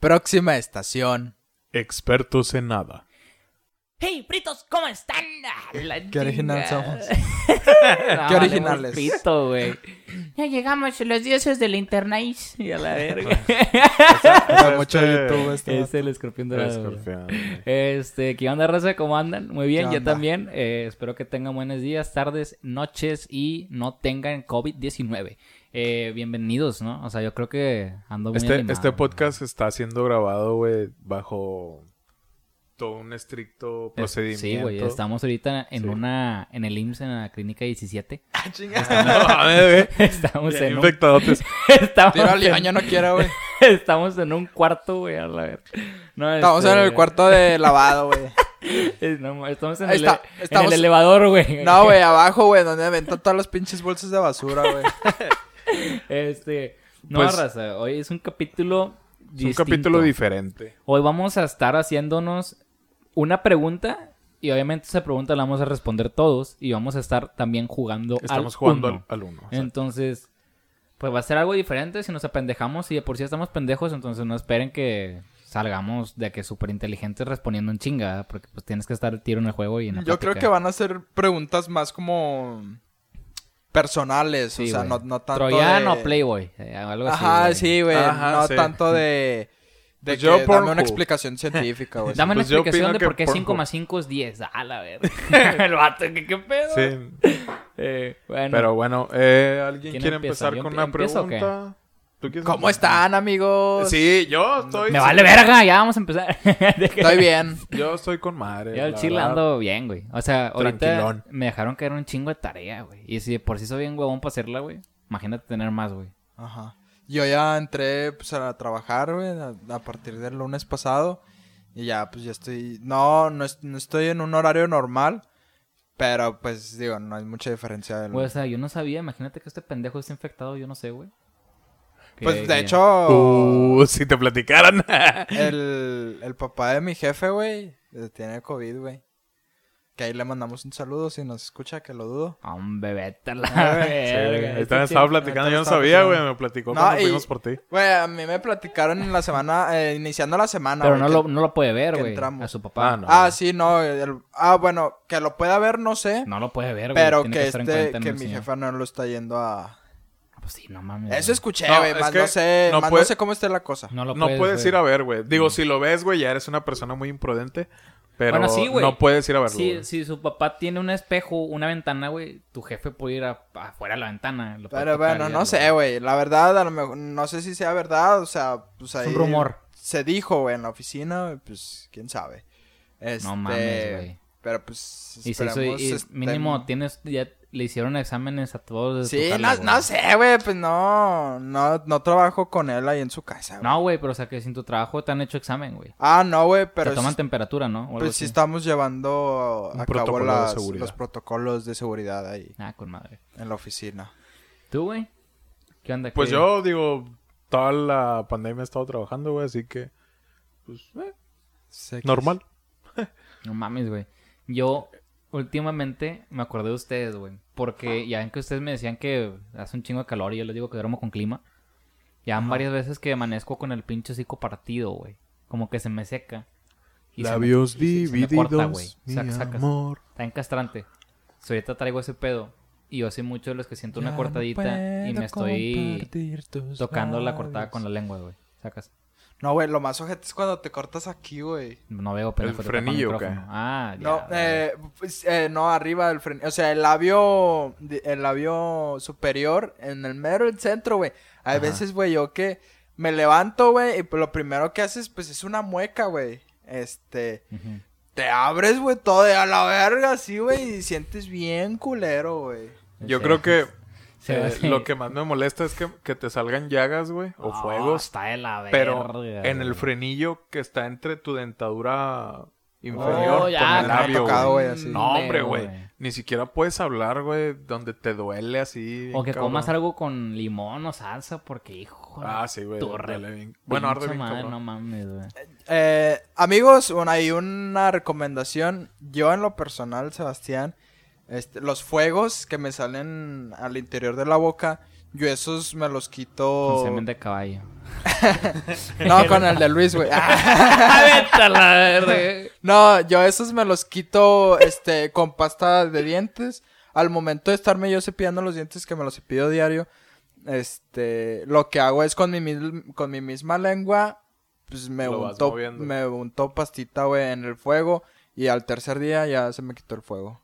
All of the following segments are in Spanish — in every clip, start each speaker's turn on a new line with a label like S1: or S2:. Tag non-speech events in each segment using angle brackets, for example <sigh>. S1: Próxima estación.
S2: Expertos en
S3: <laughs>
S2: nada.
S3: Hey, fritos, ¿cómo están? Ah, la
S1: Qué original
S3: chingada.
S1: somos.
S3: <laughs> No,
S1: Qué originales.
S3: valemos Pito, güey. Ya llegamos los dioses del internet. Y
S1: <laughs>
S3: a la verga.
S1: Usa mucho
S2: Este-
S1: YouTube este
S3: es el escorpión dorado. güey.
S2: Escorpión, güey.
S3: Este, ¿qué onda, raza? ¿Cómo andan? Muy bien,
S1: ¿Qué
S3: yo
S1: onda?
S3: también. Eh, espero que tengan buenos días, tardes, noches y no tengan COVID-19. Eh, bienvenidos, ¿no? O sea, yo creo que ando muy
S2: Este,
S3: animado.
S2: este podcast está siendo grabado, güey, bajo todo un estricto
S3: Es-
S2: procedimiento.
S3: Sí, güey, estamos ahorita en
S2: Sí.
S3: una, en el IMSS, en la clínica 17.
S1: Ah, <laughs>
S2: No mames, güey.
S3: <laughs> Estamos
S2: Bien
S3: en un,
S2: infectadotes.
S3: estamos,
S1: Tiro al
S3: en,
S1: yo no quiero,
S3: <laughs>
S1: güey.
S3: estamos en un cuarto, güey, a la ver. No,
S1: Estamos
S3: este,
S1: en el cuarto de lavado,
S3: <laughs>
S1: güey.
S3: es- no, estamos en,
S1: Ahí
S3: el,
S1: está,
S3: en
S1: estamos-
S3: el elevador, güey.
S1: No, güey, abajo, güey, donde aventan todas las pinches bolsas de basura, güey.
S3: <laughs> Este, no,
S2: Pues-
S3: raza, hoy es un capítulo
S2: Es un capítulo
S3: distinto.
S2: diferente.
S3: Hoy vamos a estar haciéndonos una pregunta y obviamente esa pregunta la vamos a responder todos y vamos a estar también jugando
S2: Estamos
S3: al
S2: jugando
S3: uno.
S2: al, al uno. o sea,
S3: Entonces, pues va a ser algo diferente si nos apendejamos y de por sí estamos pendejos, entonces no esperen que salgamos de que súper inteligentes respondiendo en chinga, ¿verdad? porque pues tienes que estar al tiro en el juego y en la
S1: Yo creo
S3: plática.
S1: que van a ser preguntas más como personales,
S3: Sí,
S1: o sea,
S3: güey.
S1: no, no tanto
S3: Troyano
S1: de...
S3: Playboy, eh, algo así.
S1: Ajá,
S3: güey.
S1: sí, güey,
S2: Ajá,
S1: no
S2: sí.
S1: tanto de... De
S2: Pues yo
S1: que
S2: por
S1: dame una
S2: cu-
S1: explicación científica, güey.
S3: <laughs> Dame
S2: Pues
S3: una
S2: yo
S3: explicación
S2: opino
S3: de
S2: que
S3: por qué
S2: por-
S3: 5 más 5 es 10. Ah,
S2: <laughs>
S3: la verga. <laughs> El vato, ¿qué, qué pedo?
S2: sí,
S3: Eh, bueno,
S2: pero bueno, eh, ¿alguien
S3: ¿Quién
S2: quiere
S3: empieza?
S2: empezar
S3: ¿Yo
S2: con
S3: empie-
S2: una
S3: empiezo o qué?
S2: pregunta? ¿Tú quieres
S1: ¿Cómo
S2: empezar?
S1: están, amigos?
S2: Sí, yo estoy...
S3: me vale verga, ya vamos a empezar. <laughs>
S1: Estoy bien.
S2: Yo estoy con madre.
S3: Yo el
S2: la
S3: chile
S2: verdad.
S3: ando bien, güey. O sea, ahorita
S2: Tranquilón.
S3: me dejaron caer un chingo de tarea, güey. Y si de por sí soy bien huevón para hacerla, güey. Imagínate tener más, güey.
S1: Ajá. Yo ya entré pues, a trabajar, güey, a, a partir del lunes pasado. Y ya, pues ya estoy. No, no, es- no estoy en un horario normal. Pero pues digo, no hay mucha diferencia del.
S3: Güey, O sea, yo no sabía. Imagínate que este pendejo esté infectado. Yo no sé, güey.
S1: pues
S3: Que-
S1: de
S3: que-
S1: hecho,
S2: Uh, si te platicaran. <laughs>
S1: el, el papá de mi jefe, güey, eh, tiene COVID, güey. Que ahí le mandamos un saludo si nos escucha, que lo dudo.
S3: Hombre,
S1: <laughs>
S3: vete a la
S1: Ah, güey.
S2: Sí,
S3: verga.
S2: ahí
S3: Este
S2: también estaba
S3: chile-
S2: platicando, yo no
S1: estaba
S2: sabía, güey,
S1: platicando.
S2: me platicó
S1: No,
S2: cuando
S1: y-
S2: fuimos por ti.
S1: Güey, a mí me platicaron en la semana, eh, iniciando la semana.
S3: Pero
S1: güey,
S3: no
S1: que-
S3: lo, no lo puede ver,
S1: que
S3: güey.
S1: entramos.
S3: A su papá.
S2: Ah, no.
S1: Ah, sí, no. el- Ah, bueno, que lo pueda ver, no sé.
S3: No lo puede ver, güey.
S1: Pero que,
S3: Tiene estar en
S1: este,
S3: cuarentena
S1: que
S3: el
S1: mi
S3: señor.
S1: jefa no lo está yendo a...
S3: Pues sí, no mames.
S1: Eso
S3: güey.
S1: escuché,
S2: No,
S1: güey,
S2: es
S1: más
S2: que
S1: no sé,
S2: no
S1: más
S2: puede-
S1: no sé cómo esté la cosa.
S3: No lo
S2: No puedes ir
S3: ver.
S2: a ver, güey. Digo, si lo ves, güey, ya eres una persona muy imprudente. Pero
S3: Bueno, sí, güey.
S2: no puedes ir a verlo.
S3: Si,
S2: güey.
S3: si su papá tiene un espejo, una ventana, güey, tu jefe puede ir a- afuera de la ventana. lo puede
S1: Pero
S3: tocar y
S1: bueno, no
S3: verlo.
S1: sé, güey. La verdad, a lo mejor, no sé si sea verdad, o sea, pues ahí...
S3: Es un rumor.
S1: Se dijo, güey, en la oficina, güey, pues, quién sabe. Este,
S3: No mames, güey.
S1: Pero pues,
S3: Y si eso-
S1: esperemos,
S3: y
S1: este,
S3: mínimo tienes, ya le hicieron exámenes a todos. de
S1: Sí,
S3: tu jale,
S1: no,
S3: güey.
S1: no sé, güey, pues no, no, no trabajo con él ahí en su casa, güey.
S3: No, güey, pero o sea que sin tu trabajo te han hecho examen, güey.
S1: Ah, no, güey, pero... sí-
S3: Te toman temperatura, ¿no? O algo
S1: Pues sí
S3: así.
S1: estamos llevando
S2: Un
S1: a cabo
S2: protocolo de
S1: las-
S2: seguridad.
S1: los protocolos de seguridad ahí
S3: Ah, con madre.
S1: en la oficina.
S3: ¿Tú, güey? ¿Qué onda?
S2: Pues
S3: ¿Qué-
S2: yo, digo, toda la pandemia he estado trabajando, güey, así que. Pues, eh, normal.
S3: No mames, güey. Yo últimamente me acordé de ustedes, güey. Porque ya ven que ustedes me decían que hace un chingo de calor y yo les digo que duermo con clima. Ya van varias veces que amanezco con el pinche hocico partido, güey. Como que se me seca. Y se me-
S2: Labios
S3: y se- se me
S2: divididos.
S3: corta, güey.
S2: mi
S3: Sac- sacas.
S2: amor.
S3: Está encastrante. Si ahorita traigo ese pedo. Y yo soy mucho de los que siento una cortadita y me estoy tocando la cortada con la lengua, güey. Sacas.
S1: No, güey, lo más ojete es cuando te cortas aquí, güey.
S3: No veo pendejo. te tapo
S2: frenillo,
S3: micrófono.
S2: ¿qué?
S3: Ah, ya.
S1: No, eh, pues, eh, no, arriba del frente. O sea, el labio, di- el labio superior, en el mero el centro, güey. Hay veces, güey, yo que me levanto, güey, y pues lo primero que haces, pues es una mueca, güey. Este,
S3: Ujú.
S1: te abres, güey, todo de a la verga, así, güey, y sientes bien culero, güey.
S2: Yo
S3: Sí.
S2: creo que
S3: <laughs> Se ve
S2: eh,
S3: así.
S2: lo que más me molesta es que, que te salgan llagas, güey, o
S3: Ah,
S2: fuegos.
S3: Está de la
S2: Pero
S3: verga,
S2: en el
S3: güey.
S2: frenillo que está entre tu dentadura
S3: Oh,
S2: inferior
S3: ya,
S2: con el
S1: me ha
S2: labio,
S1: tocado,
S2: güey.
S1: güey, así.
S2: No, hombre,
S3: Leo,
S2: güey. Ni siquiera puedes hablar, güey, donde te duele así. bien
S3: O que
S2: cabrón.
S3: comas algo con limón o salsa, porque hijo. de
S2: Ah, sí, güey.
S3: tu re-
S2: duele bien. Bueno, arde
S3: pinche
S2: bien,
S3: madre,
S2: cabrón.
S3: No mames, güey.
S1: Eh, amigos, bueno, hay una recomendación. Yo en lo personal, Sebastián, este, los fuegos que me salen al interior de la boca, Yo esos me los
S3: Con
S1: quito.
S3: semen de caballo.
S1: <laughs> No, con el de Luis, güey. Ah,
S3: ¡Vete a la verga!
S1: no, yo esos me los quito
S3: <laughs>
S1: este con pasta de dientes. Al momento de estarme yo cepillando los dientes que me los cepillo diario, este, lo que hago es con mi mil- con mi misma lengua pues me
S2: Lo vas
S1: untó
S2: moviendo.
S1: me untó pastita, güey, en el fuego y al tercer día ya se me quitó el fuego.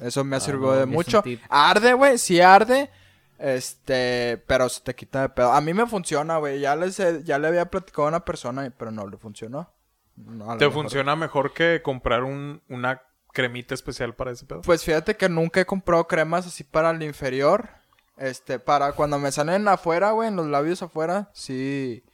S1: Eso me ha
S3: Ah,
S1: servido
S3: no,
S1: de
S3: es un
S1: mucho.
S3: tip.
S1: Arde, güey, sí arde. Este, pero se te quita de pedo. A mí me funciona, güey. Ya, les he- ya le había platicado a una persona, y- pero no le funcionó. No, a lo
S2: ¿Te
S1: mejor.
S2: funciona mejor que comprar un, una cremita especial para ese pedo?
S1: Pues fíjate que nunca he comprado cremas así para el inferior. Este, para cuando me salen afuera, güey, en los labios afuera, sí.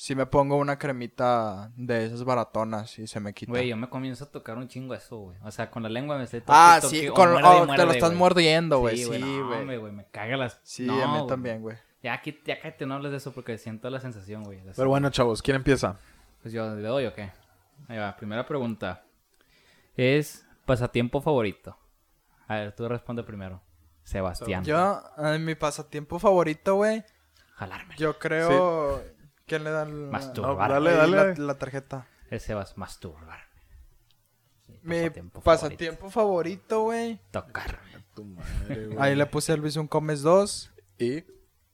S1: Sí me pongo una cremita de esas baratonas y se me quita.
S3: Güey, yo me comienzo a tocar un chingo eso, güey. O sea, con la lengua me estoy tocando.
S1: ah, sí, con, oh, te lo estás mordiendo, güey. Sí,
S3: Sí,
S1: güey.
S3: güey. no, güey, me caga las.
S1: Sí,
S3: No,
S1: a mí
S3: güey.
S1: también, güey.
S3: Ya, aquí, ya cállate, no hables de eso porque siento la sensación, güey. La-
S2: Pero bueno, chavos, ¿quién empieza?
S3: Pues yo, ¿le doy o qué? Ahí va, primera pregunta. Es pasatiempo favorito. A ver, tú responde primero. Sebastián.
S1: Yo, eh, mi pasatiempo favorito, güey.
S3: Jalarme.
S1: Yo creo. ¿Quién le da la,
S3: Mastur-
S2: No,
S3: Vale.
S2: dale,
S1: ahí
S2: dale.
S1: la- la tarjeta?
S3: El Sebas masturbar. Mi
S1: Mi pasatiempo, favorito, güey.
S3: favorito, Tocarme.
S2: Tu madre, güey.
S1: Ahí le puse a Luis un comes dos,
S2: <laughs> Y-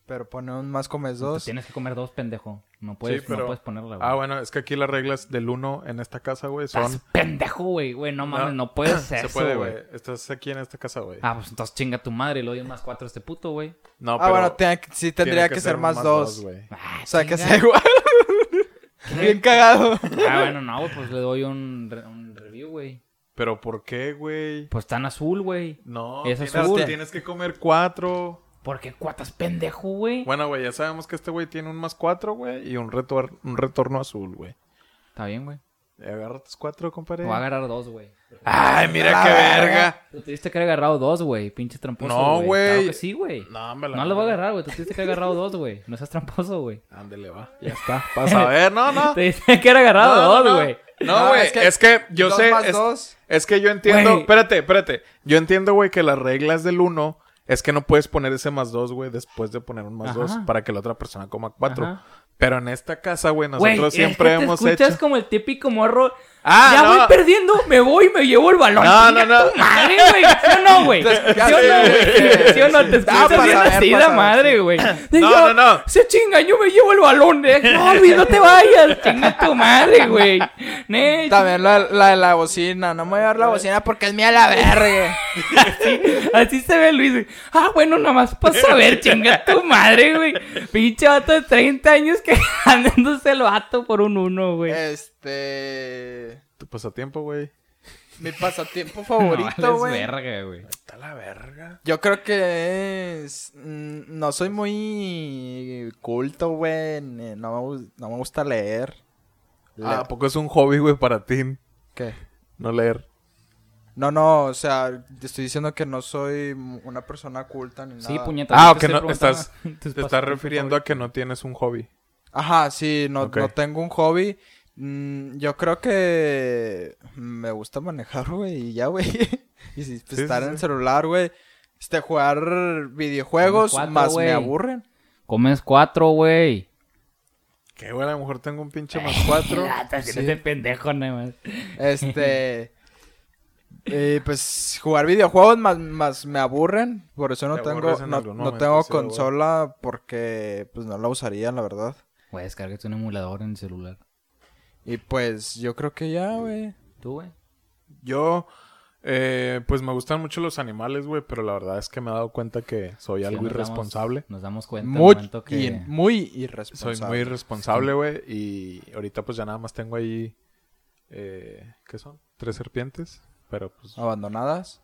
S1: pero pone un más comes
S3: Tú
S1: dos.
S3: tienes que comer dos, pendejo. No puedes,
S2: Sí, pero-
S3: no puedes ponerla, güey.
S2: Ah, bueno, es que aquí las reglas del 1 en esta casa, güey,
S3: Estás
S2: son...
S3: pendejo, güey. Güey, no mames, no, puedes hacer
S2: Se
S3: eso,
S2: puede,
S3: güey.
S2: güey. Estás aquí en esta casa, güey.
S3: Ah, pues entonces chinga tu madre y lo doy más cuatro a este puto, güey.
S2: No,
S1: ah, bueno, te- sí
S2: tiene
S1: tendría que, ser más, dos.
S2: güey.
S3: Ah,
S1: o sea, que
S3: chinga.
S1: sea igual. <laughs> Bien cagado.
S3: Ah, bueno, no, güey, pues le doy un, re- un review, güey.
S2: Pero ¿por qué, güey?
S3: Pues tan azul, güey.
S2: No,
S3: Es
S2: tienes,
S1: azul.
S2: tienes que comer cuatro.
S3: ¿Por qué cuatas pendejo, güey?
S2: Bueno, güey, ya sabemos que este güey tiene un más cuatro, güey, y un, retor- un retorno azul, güey.
S3: Está bien, güey.
S2: Agarra tus cuatro, compadre.
S3: Voy a agarrar dos, güey.
S2: Ay, mira qué verga.
S3: Tú tuviste que haber agarrado dos, güey. Pinche tramposo.
S2: No, güey.
S3: Claro que sí, güey. No,
S2: No, me la.
S3: lo voy a agarrar, güey. Tú tuviste que haber agarrado dos, güey. No seas tramposo, güey.
S2: Ándele, va. Ya <laughs> está. Pasa
S3: <laughs>
S2: a ver, no, no.
S3: Te diste que haber agarrado
S2: No, no,
S3: dos,
S2: no.
S3: güey.
S2: No,
S1: No,
S2: güey,
S1: es que-
S2: es que yo
S1: dos
S2: sé.
S1: más
S2: es,
S1: dos.
S2: es que yo entiendo.
S3: Güey.
S2: Espérate, espérate. Yo entiendo, güey, que las reglas del uno es que no puedes poner ese más dos, güey, después de poner un más
S3: Ajá.
S2: dos para que la otra persona coma cuatro.
S3: Ajá.
S2: Pero en esta casa, güey,
S3: Güey,
S2: nosotros siempre
S3: es que
S2: hemos
S3: te escuchas
S2: hecho.
S3: como el típico morro.
S2: Ah,
S3: ya
S2: no.
S3: voy perdiendo, me voy y me llevo el balón.
S2: No,
S3: Chinga
S2: no, no.
S3: tu Madre, güey. ¿Sí
S2: <laughs>
S3: o no, güey?
S1: Te- ya
S3: ¿Sí o
S1: sé,
S3: no, güey?
S1: güey.
S3: <laughs> ¿Sí o no? Te
S1: Ah,
S3: escuchas
S1: para
S3: bien
S1: saber,
S3: así
S1: para
S3: la
S1: saber,
S3: madre,
S1: sí.
S3: güey.
S2: No, no, no.
S3: Se chinga, yo me llevo el
S2: <laughs>
S3: balón. eh. No, Luis, no te vayas. Chinga tu madre, güey. Ne,
S1: También la, la de la bocina. No me voy a dar la bocina porque es mía la verga.
S3: Así se ve Luis, güey. Ah, bueno, nada más para saber, chinga tu madre, güey. Pinche vato de 30 años que <laughs> andándose el vato por un uno, güey.
S2: Eh,
S1: Este.
S2: Tu pasatiempo, Pues güey.
S3: <laughs>
S1: Mi pasatiempo
S3: No,
S1: favorito,
S3: vales
S1: güey.
S3: verga, güey.
S2: Está la verga.
S1: Yo creo que es... mm, No soy muy culto, güey. ni- No, me gus- no me gusta leer.
S2: Ah, ¿A
S1: Le-
S2: poco es un hobby, güey, para ti?
S1: ¿Qué?
S2: No leer.
S1: No, no, o sea, te estoy diciendo que no soy m- una persona culta ni nada.
S3: Sí, puñetas.
S2: Ah,
S3: yo
S2: ok,
S3: te estoy
S2: no, estás,
S3: preguntando pues,
S2: te
S3: <laughs> tus
S2: estás
S3: pasatiempos
S2: refiriendo a que no tienes un hobby.
S1: Ajá, sí, no,
S2: Ok.
S1: no tengo un hobby. Mm, yo creo que me gusta manejar, güey, y ya, güey. <laughs> y si, pues,
S2: Sí, sí,
S1: estar
S2: sí.
S1: en el celular, güey. Este, jugar videojuegos
S3: Cuatro,
S1: más
S3: güey.
S1: me aburren.
S3: <laughs> Comes cuatro, güey.
S2: Que, güey, a lo mejor tengo un pinche
S3: Eh,
S2: más cuatro.
S1: Sí.
S3: Ese pendejo nada más.
S1: Este. eh, pues jugar videojuegos más, más me aburren. Por eso no
S2: Te
S1: tengo,
S2: aburres en
S1: no,
S2: algún
S1: no
S2: momento,
S1: tengo
S2: sí, güey.
S1: consola porque pues no la usaría, la verdad.
S3: Güey, descárgate un emulador en el celular.
S1: Y pues yo creo que ya, güey.
S3: ¿Tú, güey?
S2: Yo, eh, pues me gustan mucho los animales, güey, pero la verdad es que me he dado cuenta que soy
S3: Sí,
S2: algo
S3: nos damos-
S2: irresponsable.
S3: Nos damos cuenta en el
S1: Muy,
S3: momento
S1: y-
S3: <laughs> que...
S1: muy
S2: Soy
S1: irresponsable.
S2: muy irresponsable, güey, y ahorita pues ya nada más tengo ahí, eh, ¿qué son? Tres serpientes, pero pues...
S1: Abandonadas.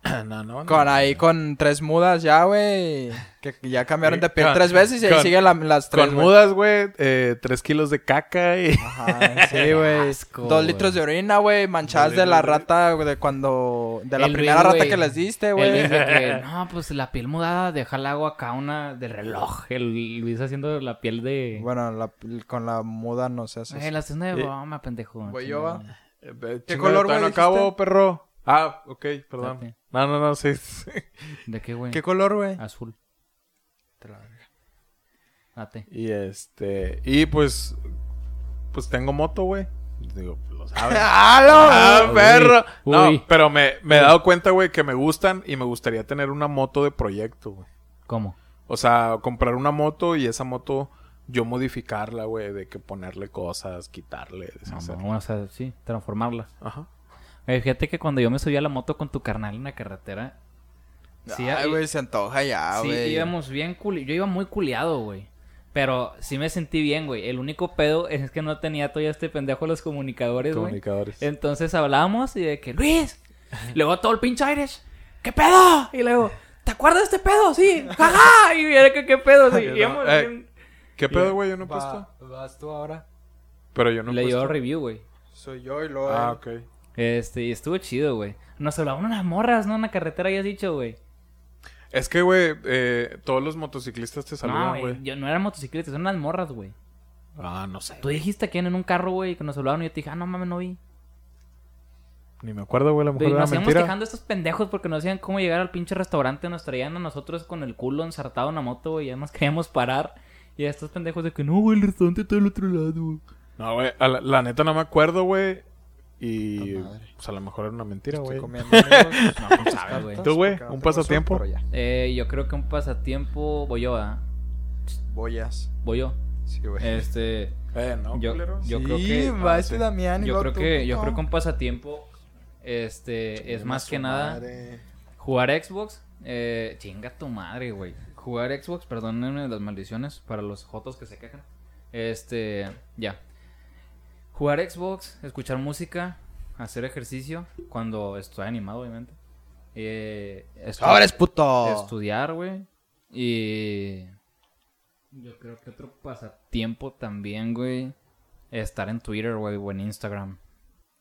S2: <clears throat> no, no, no.
S1: Con ahí con tres mudas ya, güey. Que que ya cambiaron de piel
S2: Con-
S1: tres veces y ahí
S2: con-
S1: siguen la- las tres.
S2: Con
S1: güey.
S2: mudas, güey, eh, tres kilos de caca y...
S1: Ajá, sí, güey.
S3: Asco,
S1: Dos
S3: güey.
S1: litros de orina, güey. Manchadas
S2: Dos
S1: de la
S2: litros de-
S1: rata güey, de cuando. De la
S3: El
S1: primera
S3: Luis,
S1: rata
S3: güey.
S1: que les diste,
S3: Él
S1: güey. <laughs>
S3: dice que, no, pues la piel mudada, deja el agua acá una de reloj. El Luis haciendo la piel de...
S1: <laughs> Bueno, la- con la muda no se hace.
S3: Güey,
S1: eso.
S3: la haciendo de
S2: Eh,
S3: broma, pendejo.
S1: güey, yo
S3: chingada.
S1: va.
S2: Eh, eh,
S1: ¿Qué
S2: chingada,
S1: color,
S2: todavía
S1: güey,
S2: no
S1: dijiste?
S2: acabo, perro. Ah, ok, perdón.
S3: Espérate.
S2: No, no, no, sí. sí.
S3: ¿De qué, güey?
S1: ¿Qué color, güey?
S3: Azul.
S1: Vete a la verga.
S3: Date.
S2: Y este. Y pues. Pues tengo moto, güey. Digo, pues,
S1: <laughs>
S2: lo sabes.
S1: <laughs> ¡Halo!
S2: ¡Ah,
S3: Uy,
S2: perro!
S3: uy.
S2: No, pero me, me he dado cuenta, güey, que me gustan y me gustaría tener una moto de proyecto, güey.
S3: ¿Cómo?
S2: O sea, comprar una moto y esa moto yo modificarla, güey, de que ponerle cosas, quitarle, deshacer.
S3: Mamón, o sea, sí, transformarla.
S2: Ajá.
S3: Eh, fíjate que cuando yo me subí a la moto con tu carnal en la carretera, Sí,
S1: Ay,
S3: y-
S1: güey, se antoja ya,
S3: sí,
S1: güey.
S3: íbamos bien culi... Yo iba muy culiado, güey. Pero sí me sentí bien, güey. El único pedo es que no tenía todavía este pendejo los comunicadores, güey.
S2: Comunicadores.
S3: Entonces hablábamos y de que, Luis, luego todo el pinche Irish, ¿qué pedo? Y luego, ¿te acuerdas de este pedo? Sí, jaja. Y era que, ¿qué pedo? Sí,
S2: Yo no-
S3: íbamos
S2: eh,
S3: bien-
S2: ¿Qué pedo, güey? Yo no he puesto.
S1: Va- vas tú ahora.
S2: Pero yo no he
S3: Le dio
S2: puesto.
S3: review, güey.
S1: Soy yo y luego.
S2: Ah,
S1: él.
S2: ok.
S3: Este, y estuvo chido, güey. Nos hablaban unas morras, ¿no? En la carretera habías dicho, güey.
S2: Es que, güey, eh, todos los motociclistas te
S3: No,
S2: saludan,
S3: güey.
S2: güey.
S3: yo- No eran motocicletas, eran unas morras, güey.
S2: Ah, no sé.
S3: Tú dijiste que en un carro, güey, que nos hablaron y yo te dije, ah, no mames, no vi.
S2: Ni me acuerdo, güey, a lo mejor
S3: Güey,
S2: era
S3: nos íbamos
S2: mentira.
S3: quejando a estos pendejos porque no sabían cómo llegar al pinche restaurante. Nos traían a nosotros con el culo ensartado en la moto, güey. Ya nos <laughs> queríamos parar. Y a estos pendejos de que no, güey, el restaurante está del otro lado. güey".
S2: No, güey, a la, la neta no me acuerdo, güey. Y
S1: Puta madre.
S2: pues a lo mejor era una mentira,
S1: Estoy
S2: güey.
S1: comiendo amigos.
S3: No, pues, sabes, güey.
S2: Tú, güey,
S1: Porque no
S2: un
S1: tengo
S2: pasatiempo.
S1: sol, pero ya.
S3: Eh, yo creo que un pasatiempo. Voy yo, ¿ah?
S1: Boyas.
S3: Voy yo.
S1: Sí, güey.
S3: Este.
S2: Eh, no,
S3: yo
S2: culero.
S3: yo
S1: sí,
S3: creo que.
S1: va
S2: ah,
S1: este
S2: sí.
S1: Damián y
S3: Yo
S1: luego
S3: creo
S1: tú,
S3: que, yo
S1: puto.
S3: creo que un pasatiempo este, es
S1: Chinga
S3: más
S1: su
S3: que nada
S1: madre.
S3: jugar a Xbox. Eh, chinga tu madre, güey. Jugar a Xbox, perdónenme las maldiciones para los jotos que se quejan. Este, ya. Jugar a Xbox, escuchar música, hacer ejercicio cuando estoy animado, obviamente. Eh, estu-
S1: ¡Sobres, puto!
S3: estudiar, güey. Y yo creo que otro pasatiempo también, güey. Estar en Twitter, güey, o en Instagram.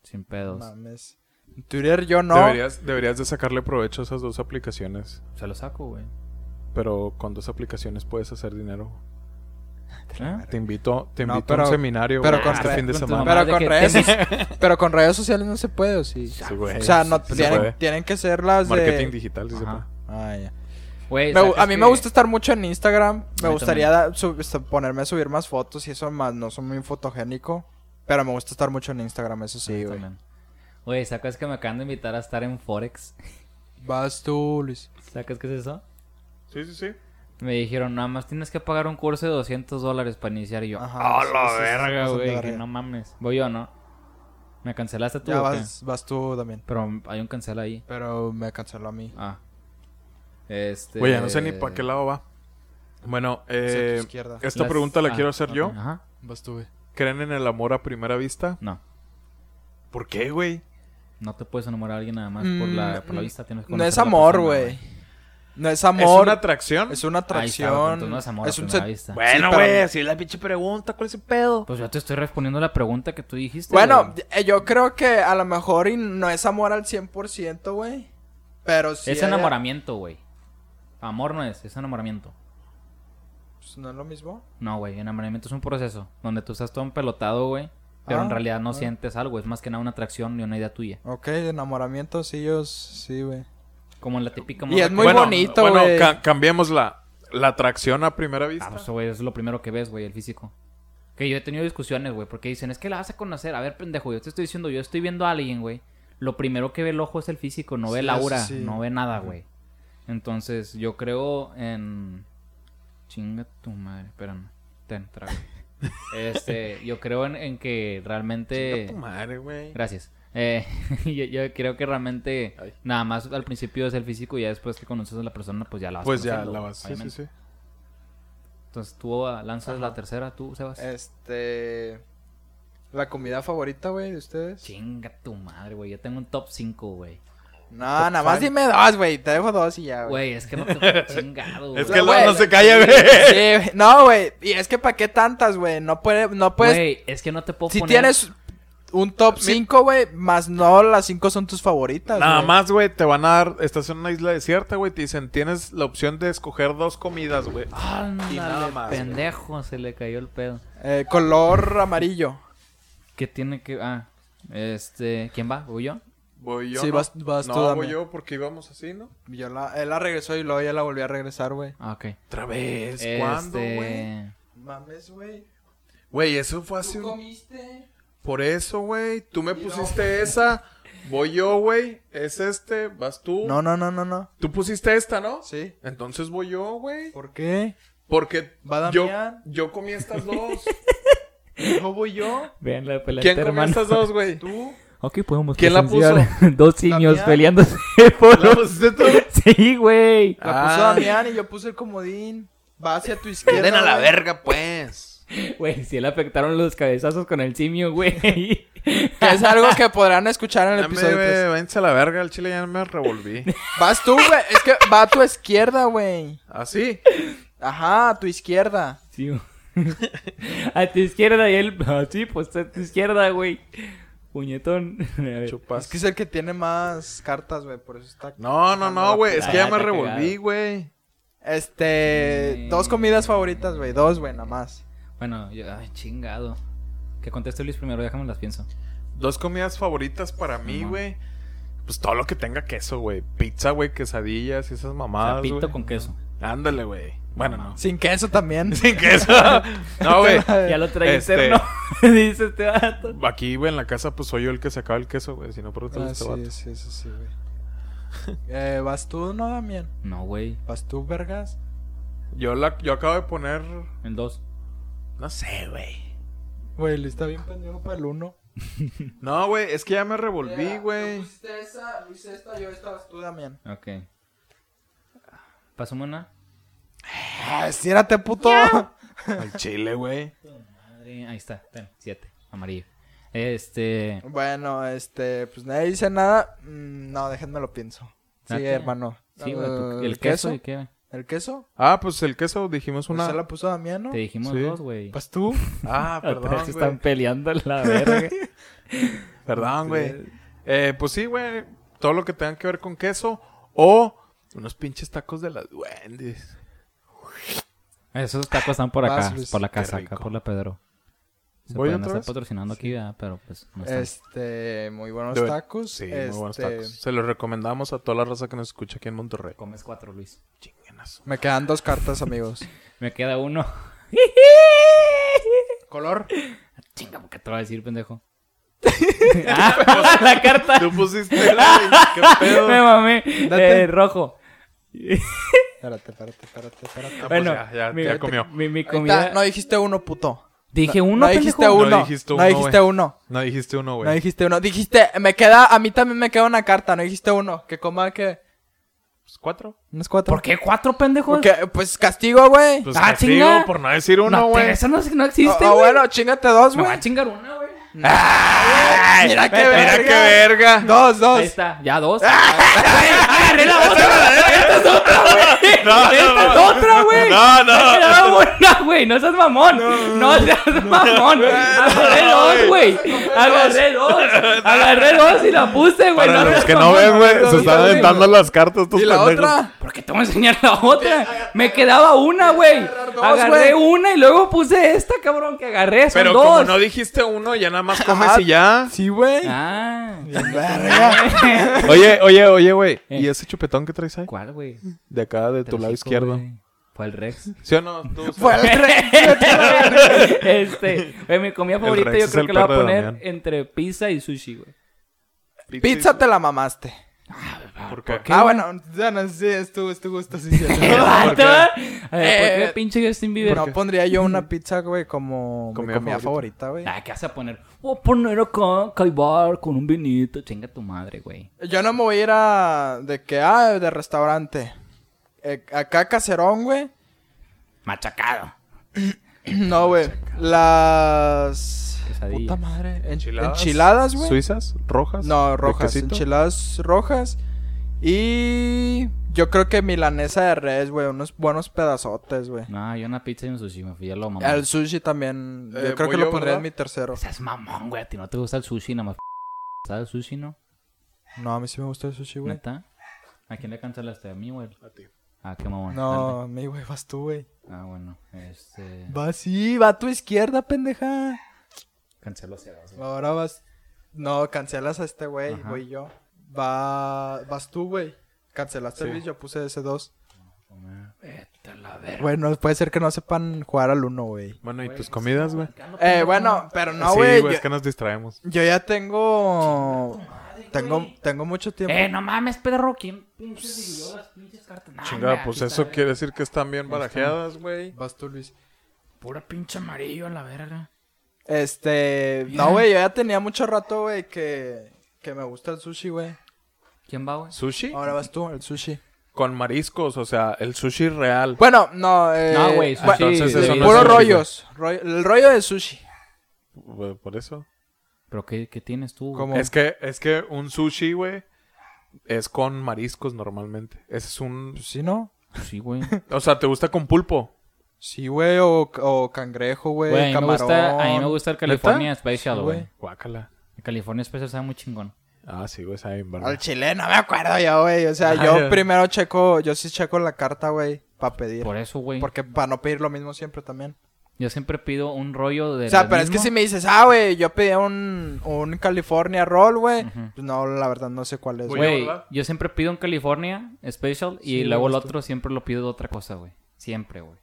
S3: Sin pedos.
S1: Mames. En Twitter yo no.
S2: Deberías, deberías de sacarle provecho a esas dos aplicaciones.
S3: Se lo saco, güey.
S2: Pero con dos aplicaciones puedes hacer dinero.
S3: ¿Eh?
S2: <laughs> Te invito, te
S1: No,
S2: invito a
S1: pero-
S2: un seminario
S1: pero
S2: güey,
S1: con
S2: este
S1: re-
S2: fin de
S3: con tu
S2: semana.
S3: mamá.
S1: Pero
S3: de
S1: con,
S3: que
S1: redes,
S3: tenis.
S1: pero con redes sociales no se puede, ¿o sí?
S2: Sí, güey.
S1: O sea, no
S2: Sí se
S1: tienen,
S2: puede.
S1: tienen que ser las
S2: Marketing
S1: de...
S2: digital, sí se
S3: Ajá.
S1: Ah, ya.
S3: Güey,
S1: Me-
S3: sacas
S1: a mí me
S3: que-
S1: gusta este estar mucho en Instagram. Me
S3: mí
S1: gustaría da- sub- esta- ponerme a subir más fotos y eso más. No soy muy fotogénico. Pero me gusta estar mucho en Instagram, eso sí,
S3: Sí,
S1: güey.
S3: también. Güey, sacas que me acaban de invitar a estar en Forex. <laughs>
S1: Vas tú, Luis.
S3: ¿Sacas qué es eso?
S2: puede. Sí, sí, sí.
S3: Me dijeron, nada más tienes que pagar un curso de 200 dólares para iniciar. Y yo,
S1: Ajá,
S3: ¡ah,
S1: sí,
S3: la
S1: sí, sí,
S3: verga,
S1: sí, sí,
S3: güey!
S1: la
S3: Que
S1: verga.
S3: no mames. Voy yo, ¿no? ¿Me cancelaste tú
S1: Ya
S3: o qué?
S1: vas, vas tú también.
S3: Pero hay un cancel ahí.
S1: Pero me canceló a mí.
S3: Ah. Este...
S2: Güey, ya no sé ni para qué lado va. Bueno,
S1: Hacia tu
S2: eh,
S1: izquierda.
S2: esta
S3: Las-
S2: pregunta la
S3: ah,
S2: quiero hacer
S3: ok,
S2: yo.
S3: Ajá.
S1: Vas tú, güey.
S2: ¿Creen en el amor a primera vista?
S3: No.
S2: ¿Por qué, güey?
S3: No te puedes enamorar a alguien nada más por la, por la
S1: Mm,
S3: vista. Tienes que
S1: No es
S3: conocer a la
S1: amor,
S3: persona,
S1: güey. No es
S2: ¿Es una
S1: amor.
S2: atracción?
S1: Es una
S3: Ahí está, güey, entonces
S1: atracción.
S3: no es amor
S1: es
S3: a
S1: un
S3: primera
S1: sen-
S3: vista.
S1: Sí, pero-
S2: si es la pinche pregunta, ¿cuál es el pedo?
S3: Pues yo te estoy respondiendo la pregunta que tú
S2: este,
S3: dijiste.
S1: Bueno,
S3: güey.
S1: eh, yo creo que a lo mejor y no es amor al 100%, güey. Pero sí.
S3: es
S1: hay-
S3: enamoramiento, güey. Amor no es, es enamoramiento.
S1: pues, no es lo mismo.
S3: No, güey, enamoramiento es un proceso donde tú estás todo empelotado, güey. Pero
S1: Ah,
S3: en realidad no
S1: ah.
S3: sientes algo, es más que nada una atracción y una idea tuya.
S1: Ok, enamoramiento, sí, yo. Sí, güey.
S3: Como en la típica
S1: Y es
S3: que-
S1: muy
S2: bueno,
S1: bonito,
S2: Bueno,
S1: güey.
S2: ca- cambiémosla. La atracción a primera vista.
S3: Ah, pues, güey, es lo primero que ves, güey, el físico. Que yo he tenido discusiones, güey, porque dicen, es que la vas a conocer. A ver, pendejo, yo te estoy diciendo, yo estoy viendo a alguien, güey. Lo primero que ve el ojo es el físico, no
S1: Sí,
S3: ve el aura,
S1: eso sí.
S3: no ve nada, güey. Entonces, yo creo en. Chinga tu madre, espérame. Ten, trago.
S2: <laughs>
S3: Este, yo creo en, en que
S1: Eh,
S3: realmente.
S2: Chinga tu madre, güey.
S3: Gracias. Eh, <laughs> yo, yo creo que realmente
S2: Ay.
S3: nada más al principio es el físico y ya después que conoces a la persona, pues ya la vas
S2: Pues ya
S3: conociendo,
S2: la
S3: güey,
S2: vas. Sí, sí,
S3: obviamente.
S2: sí.
S3: Entonces tú ah, lanzas la tercera, tú, Sebas.
S1: Eh, Este. La comida favorita, güey, de ustedes.
S3: Chinga tu madre, güey. Yo tengo un top 5, güey.
S1: No, nada más dime dos, güey. Te dejo dos y ya, Ah, güey.
S3: Güey, es que
S2: <laughs>
S3: no te chingado, güey.
S2: Es que
S1: el
S2: no,
S1: güey,
S2: no se
S1: <laughs>
S2: calla,
S1: Sí,
S2: güey.
S1: güey. no, güey. Y es que ¿para qué tantas, güey? No, puede, no puedes.
S3: Güey, es que no te puedo
S1: Pues, si
S3: poner...
S1: tienes un top 5, güey, más no las 5 son tus favoritas.
S2: Nada
S1: güey.
S2: más, güey, te van a dar. Estás en una isla desierta, güey. Te dicen, tienes la opción de escoger dos comidas, güey.
S3: Ándale,
S2: Y nada más, güey.
S3: pendejo, se le cayó el pedo.
S1: Eh, color amarillo.
S3: ¿Qué tiene que...? Ah, este... ¿Quién va? ¿Voy yo?
S2: Voy yo.
S1: Sí,
S2: ¿no?
S1: vas- vas
S2: no,
S1: tú, dame.
S2: voy yo porque íbamos así, ¿no?
S1: Yo la, él la regresó y luego ya la volví a regresar, güey.
S3: Ah, ok.
S2: Otra vez.
S1: Este,
S2: ¿Cuándo, güey?
S3: Este...
S1: Mames, güey.
S2: Güey, eso fue hace un...
S1: comiste?
S2: Por eso, güey. Tú me pusiste esa. Voy yo, güey. Es este. Vas tú.
S1: No, no, no, no, no.
S2: Tú pusiste esta, ¿no?
S1: Sí.
S2: Entonces voy yo, güey.
S1: ¿Por qué?
S2: Porque
S1: Va
S2: yo,
S1: Damián.
S2: yo
S1: <laughs>
S2: comí estas dos.
S1: ¿No voy yo?
S3: Vean la pelea
S2: ¿Quién comió estas dos, güey? <laughs>
S1: ¿Tú?
S3: Ok, podemos
S2: ¿Quién la puso?
S3: presenciar <laughs> dos simios
S1: ¿Damián?
S3: peleándose <laughs> por
S2: ¿La
S1: pues,
S2: pusiste tú?
S3: Sí, güey.
S1: La puso
S2: Ah.
S1: Damián y yo puse el comodín. Va hacia tu izquierda. güey.
S2: verga, pues.
S3: Güey, si le afectaron los cabezazos con el simio, güey.
S1: Que es algo que podrán escuchar en el
S2: Ya me,
S1: episodio tres.
S2: váyanse a la verga, el chile ya
S1: <laughs>
S2: me revolví.
S1: Vas tú, güey. Es que va a tu izquierda, güey.
S2: Así.
S1: Ajá, a tu izquierda.
S3: Sí. A tu izquierda y él. Ah, sí, pues a tu izquierda, güey. Puñetón. <laughs> A ver.
S2: Chupas.
S1: Es que es el que tiene más cartas, güey. Por eso está.
S2: Pues. No, no, no, güey. Es que ya
S3: Ah,
S2: me
S3: está
S2: revolví,
S3: cagado.
S2: güey.
S1: Este.
S3: Sí.
S1: Dos comidas favoritas, güey. Dos, güey, nada más.
S3: Bueno, yo, ay, chingado. Que conteste Luis primero, déjame las pienso.
S2: Dos comidas favoritas para mí,
S3: Ajá.
S2: güey. Pues todo lo que tenga queso, güey. Pizza, güey, quesadillas y esas mamadas,
S3: Zapito
S2: Ah, güey.
S3: con queso.
S2: Ándale, güey. Bueno, no.
S1: Sin queso también.
S2: Sin <laughs> queso. no,
S3: <laughs>
S2: güey.
S3: Ya lo trae
S2: Este-
S3: interno. <laughs> Dice este vato.
S2: Aquí, güey, en la casa, pues soy yo el que sacaba el queso, güey. Si no, pregúntale a
S1: Ah,
S2: este
S1: sí,
S2: vato.
S1: sí, eso sí, güey. Eh, ¿Vas tú, no, Damián?
S3: No, güey.
S1: ¿Vas tú, vergas?
S2: Yo, la, yo acabo de poner.
S3: El 2.
S2: No sé, güey.
S1: Güey, le está bien pendejo para el uno.
S2: No, güey, es que ya me revolví, güey.
S1: Pusiste esa, Luis esta, yo esta, vas tú, Damián.
S3: Ok. Pasó una.
S1: Ah, ciérrate, puto.
S2: <laughs> Al chile, güey.
S3: Madre, ahí está. Ten, siete. Amarillo. Este.
S1: Bueno, este, pues nadie dice nada. Mm, no, déjenme lo pienso. Sí,
S3: Date.
S1: hermano.
S3: Ah, Sí, güey. tu-
S1: Eh,
S3: El queso y qué.
S1: ¿El queso?
S2: Ah, pues el queso dijimos
S1: Una...
S2: una.
S1: ¿Usted la puso Damián, no?
S3: Te dijimos
S2: Sí.
S3: dos, güey.
S1: Pues tú.
S2: Ah,
S3: <laughs> Otra vez
S2: perdón,
S3: se están
S2: güey.
S3: peleando la verga.
S2: Perdón, güey. Eh, pues sí, güey. Todo lo que tenga que ver con queso o unos pinches tacos de las duendes.
S3: Esos tacos están por
S1: Vas,
S3: acá,
S1: Luis.
S3: por la
S2: Qué
S3: casa, acá
S2: rico.
S3: por la Pedro. Se
S2: ¿Voy
S3: pueden
S2: otra
S3: estar
S2: vez?
S3: patrocinando aquí, ¿verdad? pero pues no están.
S1: Este, muy buenos
S2: De-
S1: tacos.
S2: Sí,
S1: este,
S2: muy buenos tacos. Se los recomendamos a toda la raza que nos escucha aquí en Monterrey.
S3: Comes cuatro, Luis.
S2: Chinguenazo.
S1: Me quedan dos cartas,
S2: <laughs>
S1: amigos.
S3: Me queda uno.
S1: ¿Color?
S3: Chinga, ¿qué te va a decir, pendejo? ah, <laughs> la carta.
S2: Tú pusiste, güey. <laughs> ¿Qué pedo?
S3: Me mamé.
S1: Date.
S3: Eh, rojo.
S1: Espérate, espérate, espérate, espérate.
S2: Ah, pues
S3: bueno,
S2: ya, ya-
S3: mi,
S2: ya comió.
S3: Mi, mi
S1: Ahí está,
S3: comida.
S1: No dijiste uno, puto.
S3: Dije
S1: No-
S3: uno,
S1: No dijiste
S3: pendejo.
S1: uno.
S2: No dijiste
S1: No
S2: uno,
S1: dijiste
S2: güey. Pues.
S1: uno.
S2: No dijiste uno, güey.
S1: No dijiste uno. Dijiste, me queda, a mí también me queda una carta. No dijiste uno. Que coma que.
S2: Pues cuatro.
S1: ¿Unos cuatro?
S3: ¿Por qué cuatro, pendejo?
S1: Porque, pues castigo, güey.
S2: Pues
S3: Ah,
S2: castigo
S3: chinga.
S2: por no decir
S3: no,
S2: uno,
S3: te-
S2: güey.
S3: Eso no, no
S1: Ah,
S3: existe,
S1: ah,
S3: güey.
S1: bueno, chingate dos,
S3: Me va a
S1: güey.
S3: chingar una, güey.
S2: Ay,
S1: Mira qué
S2: mira
S1: verga.
S2: qué verga.
S1: Dos,
S3: Ahí
S1: dos.
S3: está, ya <laughs> dos. ¡Agarré la otra!
S2: ¿eh? <laughs> No,
S3: ¡Esta es otra, güey!
S2: No, no.
S3: ¡Era buena, güey! ¡No seas mamón! ¡No seas mamón! ¡Agarré dos, güey!
S2: <laughs>
S3: ¡Agarré dos! ¡Agarré dos y la puse, güey!
S2: Para los
S3: seas
S2: que no
S3: mamón.
S2: ven, güey,
S1: no,
S2: se
S1: no,
S2: están
S1: no,
S2: aventando las cartas estos
S1: ¿Y la
S2: pendejos.
S1: otra?
S3: ¿Por qué te voy a enseñar la otra? Me quedaba una, güey.
S1: dos, güey.
S3: Agarré una y luego puse esta, cabrón, que agarré. Son
S2: Pero como
S3: dos.
S2: no dijiste uno, ya nada más comes
S1: comes
S2: y
S1: y
S2: ya.
S1: Sí, güey.
S3: Ah.
S1: Verga.
S2: <laughs> Oye, oye, oye, güey. ¿Y ese chupetón que traes ahí?
S3: ¿Cuál, güey?
S2: De acá, de tu lado izquierdo.
S3: Fue el Rex.
S2: ¿Sí o no? Tú,
S1: Fue
S3: <laughs>
S1: el rey.
S3: este, güey, mi comida favorita
S2: Rex
S3: yo
S2: es
S3: creo
S2: el
S3: que la voy
S2: perro
S3: a
S2: de
S3: poner
S2: Damián.
S3: entre pizza y sushi, güey.
S1: Pizza te la mamaste.
S2: ¿Por qué?
S1: Ah, bueno, ya no sé, es tu, es tu gusto, <laughs> sí, sí.
S3: ¿Qué
S2: <laughs>
S3: vato,
S2: qué?
S3: va? A ver, ¿Por
S1: Eh,
S3: qué pinche Justin Bieber?
S1: No pondría yo una pizza, güey, como mi
S2: Comida
S1: comida,
S2: favorita.
S1: favorita, güey.
S3: Ah, ¿qué vas a poner? Voy a poner acá, caibar con un vinito. Chinga tu madre, güey.
S1: Yo no me voy a ir a... De que, ah, de restaurante. Eh, acá caserón, güey. <clears throat>
S3: Machacado.
S1: No, güey. Las...
S3: Quesadillas.
S1: Puta madre. En-
S2: ¿Enchiladas?
S1: Enchiladas, güey.
S2: ¿Suizas? ¿Rojas?
S1: No,
S2: ¿De
S1: rojas.
S2: quesito?
S1: Enchiladas rojas. Y... Yo creo que milanesa de res, güey. Unos buenos pedazotes, güey.
S3: No, yo una pizza y un sushi, me fui ya lo mamón.
S1: El sushi también. Yo
S2: Eh,
S1: creo
S2: voy
S1: que
S2: yo,
S1: lo pondría
S2: ¿verdad?
S1: en mi tercero.
S3: Seas mamón, güey. A ti no te gusta el sushi, nada más. ¿Sabes el sushi, no?
S1: No, a mí sí me gusta el sushi, güey.
S3: ¿Neta? ¿A quién le cancelaste? ¿A mí, güey?
S2: A ti.
S3: Ah, qué mamón.
S1: No, mi güey, vas tú, güey.
S3: Dale. Ah, bueno. Este...
S1: Va sí, va a tu izquierda, pendeja.
S3: Cancelo hacia abajo.
S1: Ahora vas. No, cancelas a este güey,
S3: Ajá.
S1: voy yo. va, vas tú, güey. Cancelaste el
S2: Sí.
S1: bis, yo puse ese 2.
S3: Vete a la verga.
S1: Bueno, puede ser que no sepan jugar al 1, güey.
S2: Bueno, ¿y tus comidas, güey?
S1: Eh, bueno, pero no,
S2: sí,
S1: güey.
S2: güey,
S1: yo,
S2: es que nos distraemos.
S1: yo ya tengo. Tengo, tengo mucho tiempo.
S3: Eh, no mames, perro. ¿Quién pinches dividió las pinches cartas? No,
S2: Chingada,
S3: hombre,
S2: pues
S3: aquí
S2: eso
S3: está,
S2: quiere decir que están bien barajeadas, güey.
S1: Vas tú, Luis.
S3: Pura pinche amarillo a la verga.
S1: Este. No, güey, yo ya tenía mucho rato, güey, que, que me gusta el sushi, güey.
S3: ¿Quién va, güey?
S2: ¿Sushi?
S1: Ahora vas tú, el sushi.
S2: Con mariscos, o sea, el sushi real.
S1: Bueno, no, eh.
S3: No, güey,
S1: bueno,
S3: sushi.
S2: entonces
S3: de-
S2: eso no es
S1: Puros
S2: sushi, güey.
S1: rollos. rollo- el rollo de sushi.
S2: Güey, Por eso.
S3: ¿Pero qué, qué tienes tú? güey?
S1: Como-
S2: Es que, es que un sushi, güey, es con mariscos normalmente. Ese es un...
S1: Pues sí, ¿no? <laughs>
S3: Sí, güey.
S2: O sea, ¿te gusta con pulpo?
S1: Sí, güey, o, o cangrejo, güey,
S3: Güey, a mí me
S1: camarón.
S3: gusta, a mí me gusta el California Space Shadow,
S1: Sí,
S3: güey.
S1: güey.
S2: Guácala.
S3: El California Space Shadow sabe muy chingón.
S2: Ah, sí, güey, sabe bien,
S1: Al
S2: ¿verdad?
S1: chile, no me acuerdo yo, güey. O sea,
S2: Ah,
S3: <laughs>
S1: yo
S2: ya.
S1: primero checo, yo sí checo la carta, güey, para pedir.
S3: Por eso, güey.
S1: Porque para no pedir lo mismo siempre también.
S3: Yo siempre pido un rollo de.
S1: O sea,
S3: lo
S1: pero es que
S3: mismo.
S1: si me dices, ah, güey, yo pedí un, un California Roll, güey.
S3: Ujú.
S1: pues no, la verdad no sé cuál es.
S2: Güey,
S1: güey.
S3: Güey,
S2: ¿verdad?
S3: yo siempre pido un California Special y
S1: Sí,
S3: luego el
S1: güey, esto-
S3: otro siempre lo pido de otra cosa, güey. Siempre, güey.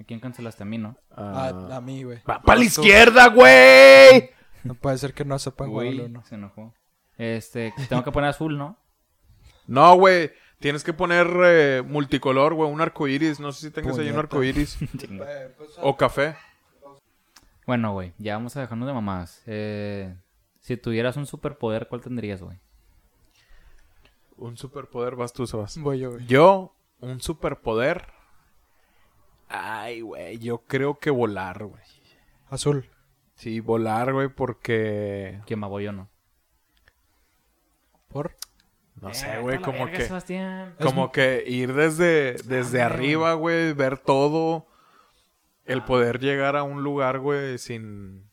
S3: ¿A quién cancelaste a mí, no?
S1: Ah, A, a mí, güey.
S2: Ah. ¡Va para la izquierda, güey!
S1: No puede ser que no sepan
S3: Güey,
S1: güey. uno.
S3: se enojó. Este, tengo que poner azul, ¿no? <laughs>
S2: No, güey. Tienes que poner eh, multicolor, güey. Un arcoiris. No sé si tengas ahí un
S1: Puñeta.
S2: <laughs> arcoiris.
S3: Chinga.
S2: o café.
S3: bueno, güey, ya vamos a dejarnos de mamadas. Eh, si tuvieras un superpoder, ¿cuál tendrías, güey?
S2: Un superpoder vas tú, Sebas.
S1: Voy yo, güey.
S2: Yo, un superpoder. Ay, güey. Yo creo que volar, güey.
S1: Azul.
S2: Sí, volar, güey, porque.
S3: ¿Quién me voy yo no?
S1: ¿Por?
S2: No
S3: Eh,
S2: sé, güey,
S3: a la
S2: como
S3: verga,
S2: que.
S3: Sebastián.
S2: Como que ir desde, desde
S3: Ah,
S2: arriba, güey, ver todo. El poder llegar a un lugar, güey, sin,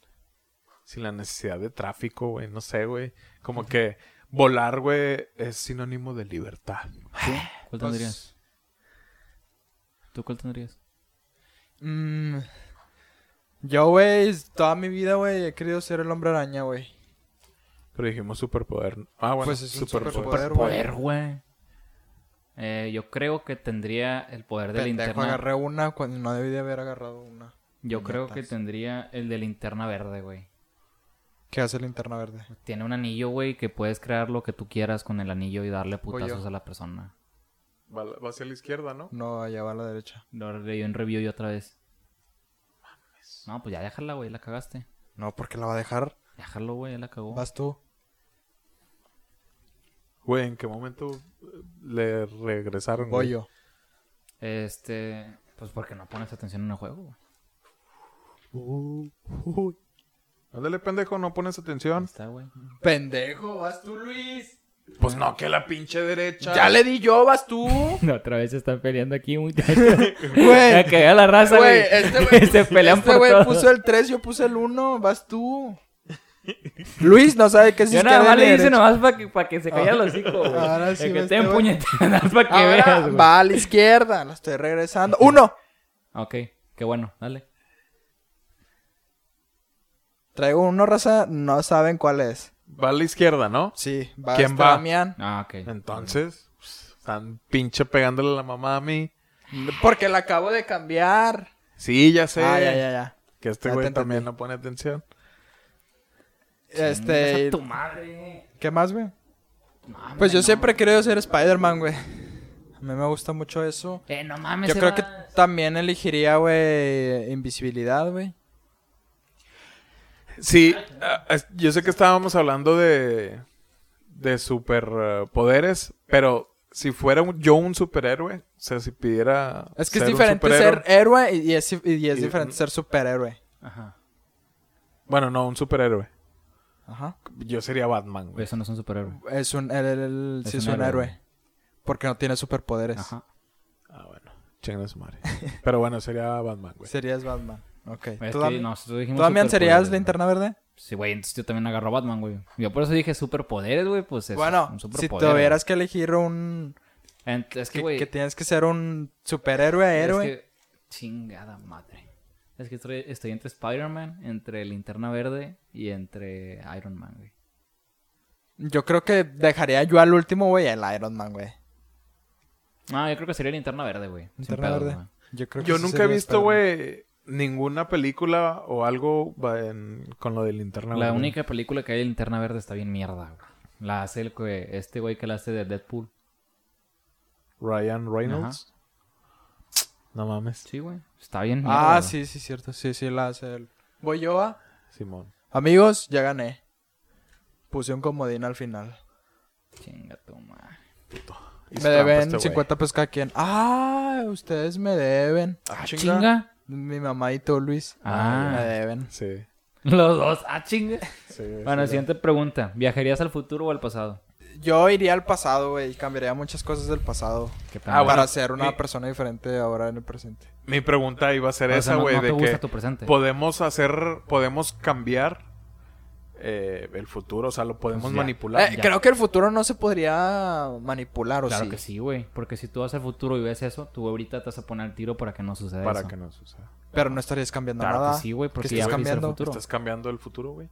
S2: sin la necesidad de tráfico, güey. No sé, güey. Como que volar, güey, es sinónimo de libertad.
S3: ¿Tú?
S1: Pues,
S3: ¿Cuál tendrías? ¿Tú cuál tendrías?
S1: Mm, yo, güey, toda mi vida, güey, he querido ser el hombre araña, güey.
S2: Pero dijimos superpoder. Ah, bueno,
S1: Pues es un superpoder,
S2: superpoder.
S1: güey.
S3: Poder, güey. Eh, yo creo que tendría el poder de
S1: Pendejo,
S3: linterna.
S1: agarré una cuando no debí de haber agarrado una.
S3: Yo creo que
S1: Puñetas.
S3: tendría el de linterna verde, güey.
S1: ¿Qué hace linterna verde?
S3: Tiene un anillo, güey, que puedes crear lo que tú quieras con el anillo y darle
S1: Voy yo.
S3: putazos a la persona.
S2: Va, va hacia la izquierda, ¿no?
S1: No, allá va a la derecha.
S3: Lo leí en review yo otra vez. No, pues ya déjala, güey, la cagaste.
S1: No, porque la va a dejar.
S3: Déjalo, güey, ya la cagó.
S1: Vas tú.
S2: Güey, ¿en qué momento eh, le regresaron?
S1: Voy
S2: güey?
S1: yo.
S3: Este, pues porque no pones atención en el juego, güey.
S2: Uy, uy. Ándale, pendejo, no pones
S3: Ahí
S2: atención.
S3: está, güey.
S1: Pendejo, vas tú, Luis.
S2: Pues no, que la pinche derecha.
S1: Ya le di yo, vas tú.
S3: Otra vez se están peleando aquí, <laughs> muchachos.
S1: Güey.
S3: que la raza,
S1: Güey,
S3: güey. <laughs>
S1: este güey
S3: se pelean
S1: Este
S3: por
S1: güey
S3: todo.
S1: puso el 3, yo puse el 1, vas tú. Luis no sabe qué es
S3: Yo nada más le hice nomás para que, pa' que se callara los hocico, güey.
S1: Ah. Ahora
S3: El
S1: sí
S3: que
S1: me
S3: esté
S1: estoy-
S3: en puñetadas para que
S1: Ahora
S3: veas, güey.
S1: va a la izquierda, la estoy regresando. ¡Uno!
S3: Ok, qué bueno, dale.
S1: Traigo uno, raza, no saben cuál es.
S2: Va a la izquierda, ¿no?
S1: Sí, va
S2: ¿Quién
S1: este
S2: va?
S1: Damián.
S3: Ah, ok.
S1: Este,
S2: Entonces, pues, están pinche pegándole la mamá a mí.
S1: Porque la acabo de cambiar.
S2: Sí, ya sé.
S1: Ah, ya, ya, ya.
S2: Que este
S1: Ya te
S2: güey
S1: entendí.
S2: también no pone atención.
S1: Este.
S3: Chingas a tu madre.
S1: ¿Qué más, güey?
S3: No, hombre,
S1: Pues yo
S3: no.
S1: siempre he querido ser Spider-Man, güey. A mí me gusta mucho eso.
S3: Eh, no mames.
S1: Yo creo que
S3: Sebas.
S1: también elegiría, güey, invisibilidad, güey.
S2: Sí, ah, es- yo sé que estábamos hablando de, de superpoderes, pero si fuera un- yo un superhéroe, o sea, si pidiera.
S1: Es que
S2: ser
S1: es
S2: un
S1: diferente ser
S2: superhéroe-
S1: héroe y y es, y- y es
S2: Y-
S1: diferente ser superhéroe.
S3: Ajá.
S2: Bueno, no, un superhéroe.
S1: Ajá.
S2: Yo sería Batman, güey.
S3: Eso no es un superhéroe.
S1: Es un, el, el- el-
S3: Es
S1: sí
S3: un
S1: es un
S3: héroe.
S1: héroe. Porque no tiene superpoderes.
S3: Ajá.
S2: Ah, bueno. Chinga su madre. Pero bueno, sería Batman, güey.
S1: Serías Batman. Ok.
S3: Es
S1: ¿Tú,
S3: que
S1: Dami-
S3: nosotros
S1: tú,
S3: dijimos.
S1: Damián,
S3: superpoderes,
S1: serías
S3: ¿no?
S1: linterna verde?
S3: Sí, güey, entonces yo también agarro a Batman, güey. Yo por eso dije superpoderes, güey, pues es
S1: bueno,
S3: un
S1: si
S3: superpoder.
S1: tuvieras que elegir un...
S3: güey. Ent- Es que,
S1: Que,
S3: güey.
S1: que tienes que ser un superhéroe,
S3: es
S1: héroe.
S3: que- Chingada madre. Es que estoy, estoy entre Spider-Man, entre Linterna Verde y entre Iron Man, güey.
S1: Yo creo que dejaría yo al último, güey, el Iron Man, güey.
S3: No, yo creo que sería linterna verde, güey. Sin
S1: Linterna
S3: pedos,
S1: Verde.
S3: güey.
S1: Yo creo que
S2: Yo
S1: sí
S2: nunca he
S1: sería
S2: visto,
S1: Spider-Man.
S2: güey, ninguna película o algo va en- con lo de linterna.
S3: La
S2: verde.
S3: única película que hay de linterna verde está bien mierda, güey. La hace el que, este güey que la hace de Deadpool.
S2: Ryan Reynolds. No mames.
S3: Sí, güey. Está bien mierda.
S1: Ah,
S3: güey.
S1: sí, sí, cierto. Sí, sí, la hace él. Voy yo ah? a.
S2: Simón.
S1: Amigos, ya gané. Puse un comodín al final.
S3: Chinga tu madre.
S2: Hizo
S1: me
S2: trampa
S1: deben
S2: este güey.
S1: 50 pesos cada quien. Ah, ustedes me deben.
S2: Ah,
S3: Ah,
S2: chinga.
S3: chinga.
S1: Mi mamá y tú, Luis.
S3: Ah.
S1: Me deben.
S2: Sí.
S3: Los dos. Ah, chinga.
S2: <laughs> sí
S3: Bueno,
S2: sí,
S3: siguiente pregunta. ¿Viajarías al futuro o al pasado?
S1: Yo iría al pasado, güey. y Cambiaría muchas cosas del pasado.
S3: Qué
S2: Ah, bueno.
S1: para ser una
S2: Mi-
S1: persona diferente ahora en el presente.
S2: Mi pregunta iba a ser
S3: O sea,
S2: esa,
S3: no-
S2: güey,
S3: no te
S2: de
S3: gusta
S2: que
S3: tu presente.
S2: podemos hacer, podemos cambiar eh, el futuro, o sea, lo podemos
S3: Pues ya.
S2: manipular.
S1: Eh,
S3: ya.
S1: creo que el futuro no se podría manipular, ¿o
S2: Pues
S3: Claro
S1: sí?
S3: que sí, güey. Porque si tú vas al futuro y ves eso, tú ahorita te vas a poner al tiro para que no suceda
S2: para
S3: eso.
S2: que no suceda.
S1: Pero no estarías cambiando
S3: Claro
S1: nada.
S3: que sí, güey, porque
S1: ¿Qué
S3: ya
S1: estás
S3: viste el
S1: cambiando?
S3: futuro.
S2: Estás cambiando el futuro, güey.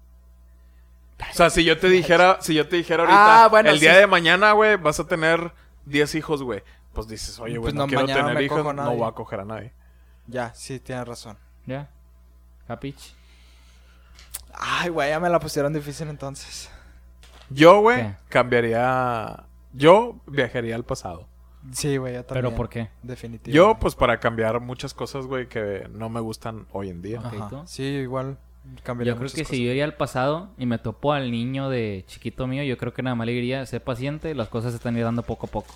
S2: O sea, si yo te dijera, si yo te dijera ahorita,
S1: Ah, bueno,
S2: el día
S1: sí.
S2: de mañana, güey, vas a tener 10 hijos, güey. Pues dices, oye, güey,
S1: Pues
S2: no,
S1: no,
S2: quiero
S1: mañana
S2: tener
S1: me
S2: hijos,
S1: cojo a
S2: no
S1: nadie.
S2: voy a coger a nadie.
S1: Ya, sí, tienes razón.
S3: ¿Ya? ¿Capich?
S1: Ay, güey, ya me la pusieron difícil entonces.
S2: Yo, güey,
S3: ¿Qué?
S2: cambiaría. Yo viajaría al pasado.
S1: Sí, güey, yo también.
S3: ¿Pero por qué?
S1: Definitivo.
S2: Yo, pues, para cambiar muchas cosas, güey, que no me gustan hoy en día.
S3: Ajá.
S1: Ajá.
S3: ¿tú?
S1: Sí, igual cambiaría
S3: Yo creo
S1: muchas
S3: que
S1: cosas.
S3: si yo iría al pasado y me topo al niño de chiquito mío, yo creo que nada más le diría, sé paciente, las cosas se están ir dando poco a poco.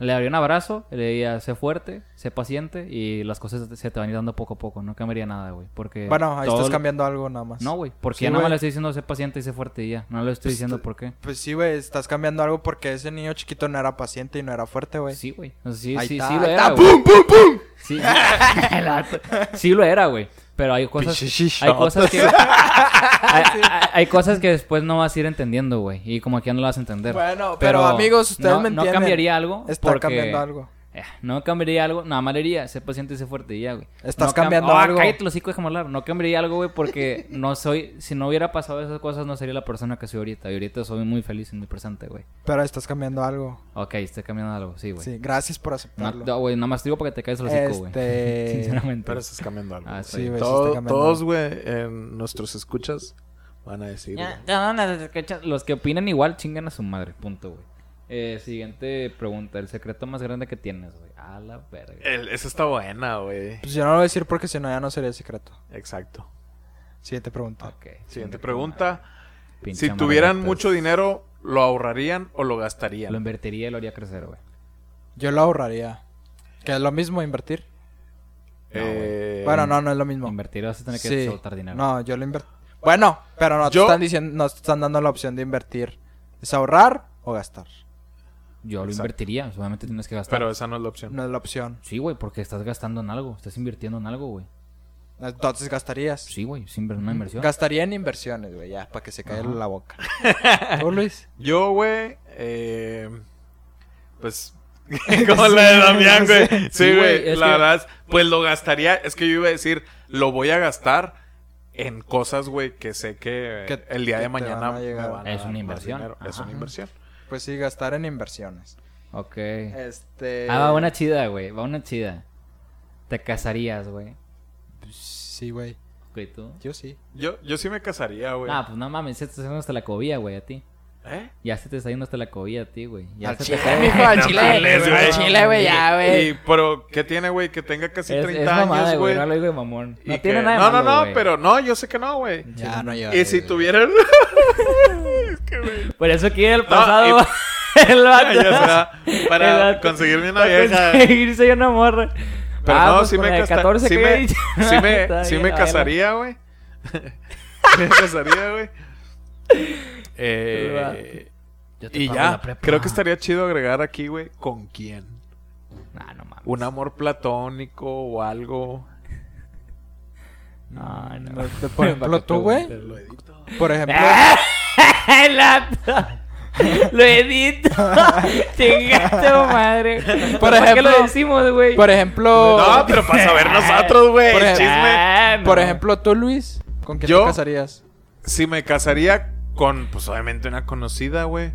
S3: Le daría un abrazo, le diría, sé fuerte, sé paciente y las cosas se te van a ir dando poco a poco. No cambiaría nada, güey. Porque...
S1: Bueno, ahí
S3: todo
S1: estás
S3: lo-
S1: cambiando algo nada más.
S3: No, güey. Porque
S1: Sí,
S3: ya nada más
S1: güey.
S3: le estoy diciendo, sé paciente y sé fuerte y ya. No le estoy
S1: Pues,
S3: diciendo
S1: te-
S3: por qué.
S1: Pues sí, güey, estás cambiando algo porque ese niño chiquito no era paciente y no era fuerte, güey.
S3: Sí, güey. O sea, sí,
S1: pues. Ahí
S3: sí,
S1: está,
S3: sí lo
S1: ahí
S3: era,
S1: está.
S3: güey.
S1: ¡Pum, pum, pum!
S3: Sí, <laughs> El vato. sí lo era, güey. Pero hay cosas,
S2: Pinche shishota.
S3: hay cosas
S1: <laughs>
S3: que, hay, hay- hay cosas que después no vas a ir entendiendo, güey. Y como que ya no lo vas a entender.
S1: Bueno, pero, amigos, ustedes
S3: no,
S1: me
S3: no
S1: entienden.
S3: cambiaría algo.
S1: Está
S3: porque-
S1: cambiando algo.
S3: Eh, no cambiaría algo. Nada más le diría, sé paciente y sé fuerte y ya, güey.
S1: Estás
S3: No cam-
S1: cambiando
S3: Ah,
S1: algo.
S3: cállate los hijos, déjame hablar. No cambiaría algo, güey, porque no soy. Si no hubiera pasado esas cosas, no sería la persona que soy ahorita. Y ahorita soy muy feliz en mi presente, güey.
S1: Pero estás cambiando algo.
S3: Ok, estoy cambiando algo, sí, güey.
S1: Sí, gracias por
S3: No,
S1: aceptarlo.
S3: no, güey, nada más te digo porque te caes los hocico, güey.
S1: Este-
S3: <laughs> Sinceramente.
S2: Pero estás cambiando algo.
S3: Ah,
S2: güey.
S3: sí,
S1: sí, güey, sí
S2: Todo-
S1: está cambiando.
S2: todos, güey, en nuestros escuchas van a decir.
S3: Ya,
S2: güey,
S3: ya, no, no, no, cacha- Los que opinan igual chingan a su madre, punto, güey. Eh, siguiente pregunta, el secreto más grande que tienes, güey. A la verga.
S2: "El- Esa está buena, güey.
S1: Pues yo no lo voy a decir porque si no ya no sería secreto.
S2: Exacto.
S1: Siguiente pregunta.
S3: Ok.
S2: Siguiente pregunta.
S3: Pinche
S2: Si
S3: amargata,
S2: tuvieran mucho dinero, ¿lo ahorrarían o lo
S3: Lo
S2: gastarían?
S3: invertiría y lo haría crecer, güey.
S1: Yo lo ahorraría. Que es lo mismo invertir.
S2: Eh,
S1: bueno, no, no es lo mismo.
S3: Invertir vas a tener que
S1: Sí.
S3: soltar dinero.
S1: No, yo lo invertí. Bueno, pero no te
S2: Yo-
S1: están diciendo, no te están dando la opción de invertir. ¿Es ahorrar o gastar?
S3: Yo lo
S2: Exacto.
S3: invertiría, solamente tienes que gastar.
S2: Pero esa no es la opción.
S1: No es la opción.
S3: Sí, güey, porque estás gastando en algo, estás invirtiendo en algo, güey.
S1: Entonces gastarías.
S3: Sí, güey, es inver- una
S2: Mm,
S3: inversión.
S1: Gastaría en inversiones, güey, ya, para que se caiga
S3: Ajá.
S1: la boca. <laughs> ¿Tú, Luis?
S2: Yo, güey, eh,
S3: <laughs>
S2: pues... <laughs> Como la de Damián, güey. Sí,
S3: Sí,
S2: güey,
S3: güey, es
S2: la
S3: que-
S2: verdad, es- pues lo gastaría. Es que yo iba a decir, lo voy a gastar en cosas, güey, que sé que, eh,
S1: Que-
S2: el día
S1: que
S2: de
S1: te van
S2: mañana
S1: a llegar.
S2: me van a
S3: Es
S2: dar
S3: una
S2: más
S3: inversión.
S2: dinero. Es
S3: Ajá.
S2: una inversión.
S1: Pues sí, gastar en inversiones.
S3: Ok.
S1: Este...
S3: Ah, va una chida, güey, va una chida. Te casarías, güey.
S1: Pues Sí, güey.
S3: ¿Y tú?
S1: Yo sí.
S2: Yo, yo sí me casaría, güey.
S3: Ah, pues no mames, se te está haciendo hasta la cobía, güey, a ti.
S2: ¿Eh?
S3: Ya se te está yendo hasta la cobilla a ti, güey. Ya
S1: Al
S3: se te
S1: chile,
S3: cae-
S1: mijo, al
S2: No
S1: chile.
S2: mames,
S1: al chile, güey, ya, güey.
S2: Y, pero, ¿qué tiene, güey? Que tenga
S3: Es,
S2: casi
S3: es
S2: 30
S3: mamada,
S2: años, güey.
S3: No lo digo de mamón.
S2: Y
S3: No
S2: que-
S3: tiene nada de
S2: No,
S3: malo,
S2: no, no,
S3: güey.
S2: pero no, yo sé que no, güey.
S1: Ya, no llores.
S2: Y si
S1: güey.
S2: tuvieran. <laughs>
S3: Por eso quiere el
S2: No,
S3: pasado. <laughs> el vato.
S2: <laughs> Ya será
S3: El
S2: para
S3: vato.
S2: conseguirme una
S3: Para
S2: vieja.
S3: conseguirse una morra.
S2: Pero
S3: Ah,
S2: no,
S3: pues
S2: sí
S3: con
S2: me
S3: la de
S2: casta-
S3: 14
S2: sí
S3: que
S2: me,
S3: he dicho.
S2: <laughs> sí
S3: <laughs> Está
S2: me, sí
S3: bien,
S2: me
S3: la
S2: casaría, güey. <laughs> Sí me casaría, güey. Eh,
S3: Yo te
S2: y
S3: pago
S2: ya,
S3: la prepa.
S2: creo que estaría chido agregar aquí, güey, con quién.
S3: Ah, no mames.
S2: Un amor platónico o algo.
S3: No, no.
S1: No, te-
S2: <laughs>
S1: Por ejemplo, tú, güey.
S2: Lo edito.
S1: Por
S2: <laughs>
S1: ejemplo, <laughs>
S3: <laughs> el vato. Lo edito. Chinga tu madre.
S1: Por
S3: ¿Para qué
S1: ejemplo-
S3: lo decimos, güey?
S1: por
S3: Oh.
S1: ejemplo,
S2: No, pero para saber
S3: <laughs>
S2: nosotros, güey.
S1: Por
S2: el
S1: ejemplo-
S2: Chisme.
S3: Ah, no.
S1: por ejemplo, tú, Luis, ¿con quién
S2: Yo-
S1: te casarías?
S2: Si me casaría Con, pues obviamente una conocida, güey.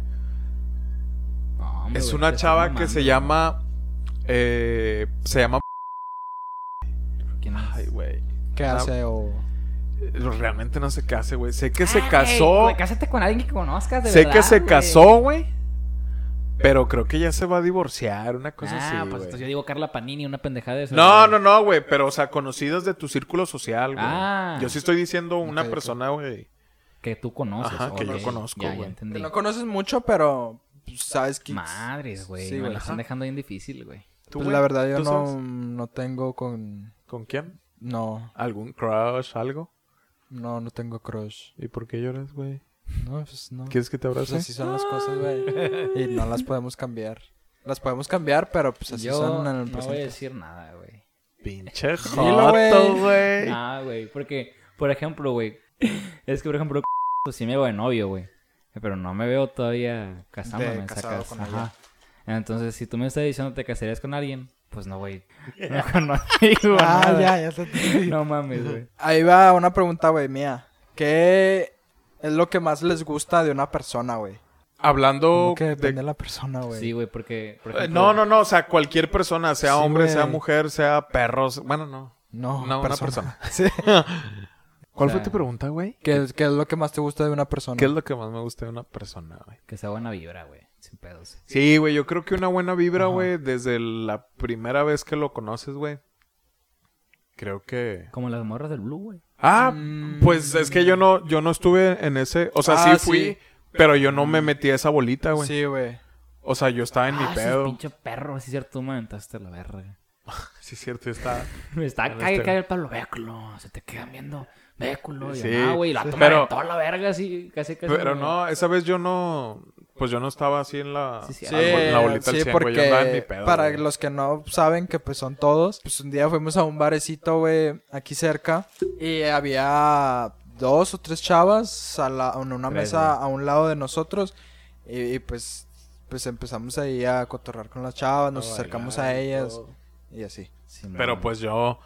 S3: No, hombre,
S2: Es
S3: güey,
S2: una
S3: te
S2: chava
S3: estás
S2: que se
S3: mamando.
S2: llama. eh, se llama.
S3: ¿Quién es?
S2: Ay, güey.
S1: ¿Qué
S2: Ah,
S1: hace o...?
S2: Realmente no sé qué hace, güey. Sé que se
S3: Ay,
S2: casó.
S3: Ah, güey, cásate con alguien que conozcas, de
S2: sé
S3: verdad,
S2: que se
S3: güey.
S2: casó, güey. Pero creo que ya se va a divorciar, una cosa
S3: Ah,
S2: así.
S3: pues
S2: güey.
S3: entonces yo digo Carla Panini, una pendejada de eso.
S2: No, no, no, güey, pero, o sea, conocidas de tu círculo social, güey.
S3: Ah.
S2: Yo sí estoy diciendo una
S1: Ok, ok.
S2: persona, güey.
S3: Que tú conoces.
S2: Ajá, que yo
S3: ok.
S2: conozco,
S3: Ya, ya
S2: güey.
S1: Que
S3: entendí.
S1: no conoces mucho, pero pues, sabes que...
S3: Madres, güey.
S1: Sí,
S3: me
S1: güey.
S3: la están
S2: Ajá.
S3: dejando bien difícil, güey.
S2: ¿Tú,
S1: Pues,
S2: güey?
S1: la verdad yo
S2: ¿Tú
S1: no,
S2: sabes?
S1: no tengo con...
S2: ¿Con quién?
S1: No,
S2: ¿Algún crush, algo?
S1: no, no tengo crush.
S2: ¿Y por qué lloras, güey?
S1: No, pues no.
S2: ¿Quieres que te
S1: Pues
S2: abrace?
S1: así son las cosas,
S3: <laughs>
S1: güey. Y no las podemos cambiar. Las podemos cambiar, pero pues así
S3: yo
S1: son en el
S3: no voy a
S1: presente.
S3: decir nada, güey.
S2: Pinche
S1: Dilo, güey.
S2: joto, güey.
S3: Nada, güey. Porque, por ejemplo, güey. <laughs> Es que, por ejemplo, <laughs> pues sí me veo de novio, güey. Pero no me veo todavía casándome,
S1: De casado
S3: sacas.
S1: con
S3: Ajá. Entonces, si tú me estás diciendo te casarías con alguien, pues no, güey. <laughs> No conozco.
S1: Ah,
S3: nada.
S1: ya, ya te entendí.
S3: <laughs> No mames, güey.
S1: Ahí va una pregunta, güey, mía. ¿Qué es lo que más les gusta de una persona, güey?
S2: Hablando
S1: Como que
S2: Oh, de...
S1: depende de la persona, güey.
S3: Sí, güey, porque. por
S2: Eh,
S3: ejemplo,
S2: No, no, no, o sea, cualquier persona, sea
S1: Sí,
S2: hombre,
S1: güey.
S2: sea mujer, sea perros, bueno, no.
S1: No,
S2: No, una
S1: Sí.
S2: ¿Cuál
S3: O
S2: fue
S3: sea,
S2: tu pregunta, güey?
S1: ¿Qué, qué es lo que más te gusta de una persona?
S2: ¿Qué es lo que más me gusta de una persona, güey?
S3: Que sea buena vibra, güey. Sin pedos.
S2: Sí, güey, yo creo que una buena vibra, güey, desde la primera vez que lo conoces, güey. Creo que...
S3: Como las morras del Blue, güey.
S2: Ah,
S1: Mm.
S2: pues es que yo no, yo no estuve en ese... O sea,
S1: Ah,
S2: sí fui,
S1: sí.
S2: pero yo no me metí a esa bolita, güey.
S1: Sí, güey.
S2: O sea, yo estaba en mi
S3: Ah, esos
S2: pedo.
S3: pinche perro, sí, cierto, tú me aventaste a la verga.
S2: Sí, es cierto, yo estaba...
S3: Me <laughs> está
S2: Este-
S3: cae, cae el palo, véculo. Se te quedan viendo, véculo. Y
S2: Sí,
S3: yo, "No, güey, la
S2: sí.
S3: toma
S2: Pero-
S3: pero... toda la verga, así, casi, casi.
S2: Pero
S3: me-
S2: no, esa vez yo no... Pues yo no estaba así en la...
S3: Sí, sí,
S1: Sí,
S2: en la bolita al
S1: sí,
S2: 100, güey, yo andaba en mi
S1: porque
S2: pedo,
S1: para
S2: güey.
S1: los que no saben, que pues son todos, pues un día fuimos a un barecito, güey, aquí cerca, y había dos o tres chavas a la- en una
S2: Tres,
S1: mesa a un lado de nosotros, y, y, pues, pues empezamos ahí a cotorrar con las chavas, nos
S2: A
S1: acercamos
S2: bailar
S1: a
S2: y
S1: ellas,
S2: todo.
S1: y así.
S3: Sí, no,
S2: Pero
S3: no.
S2: pues yo...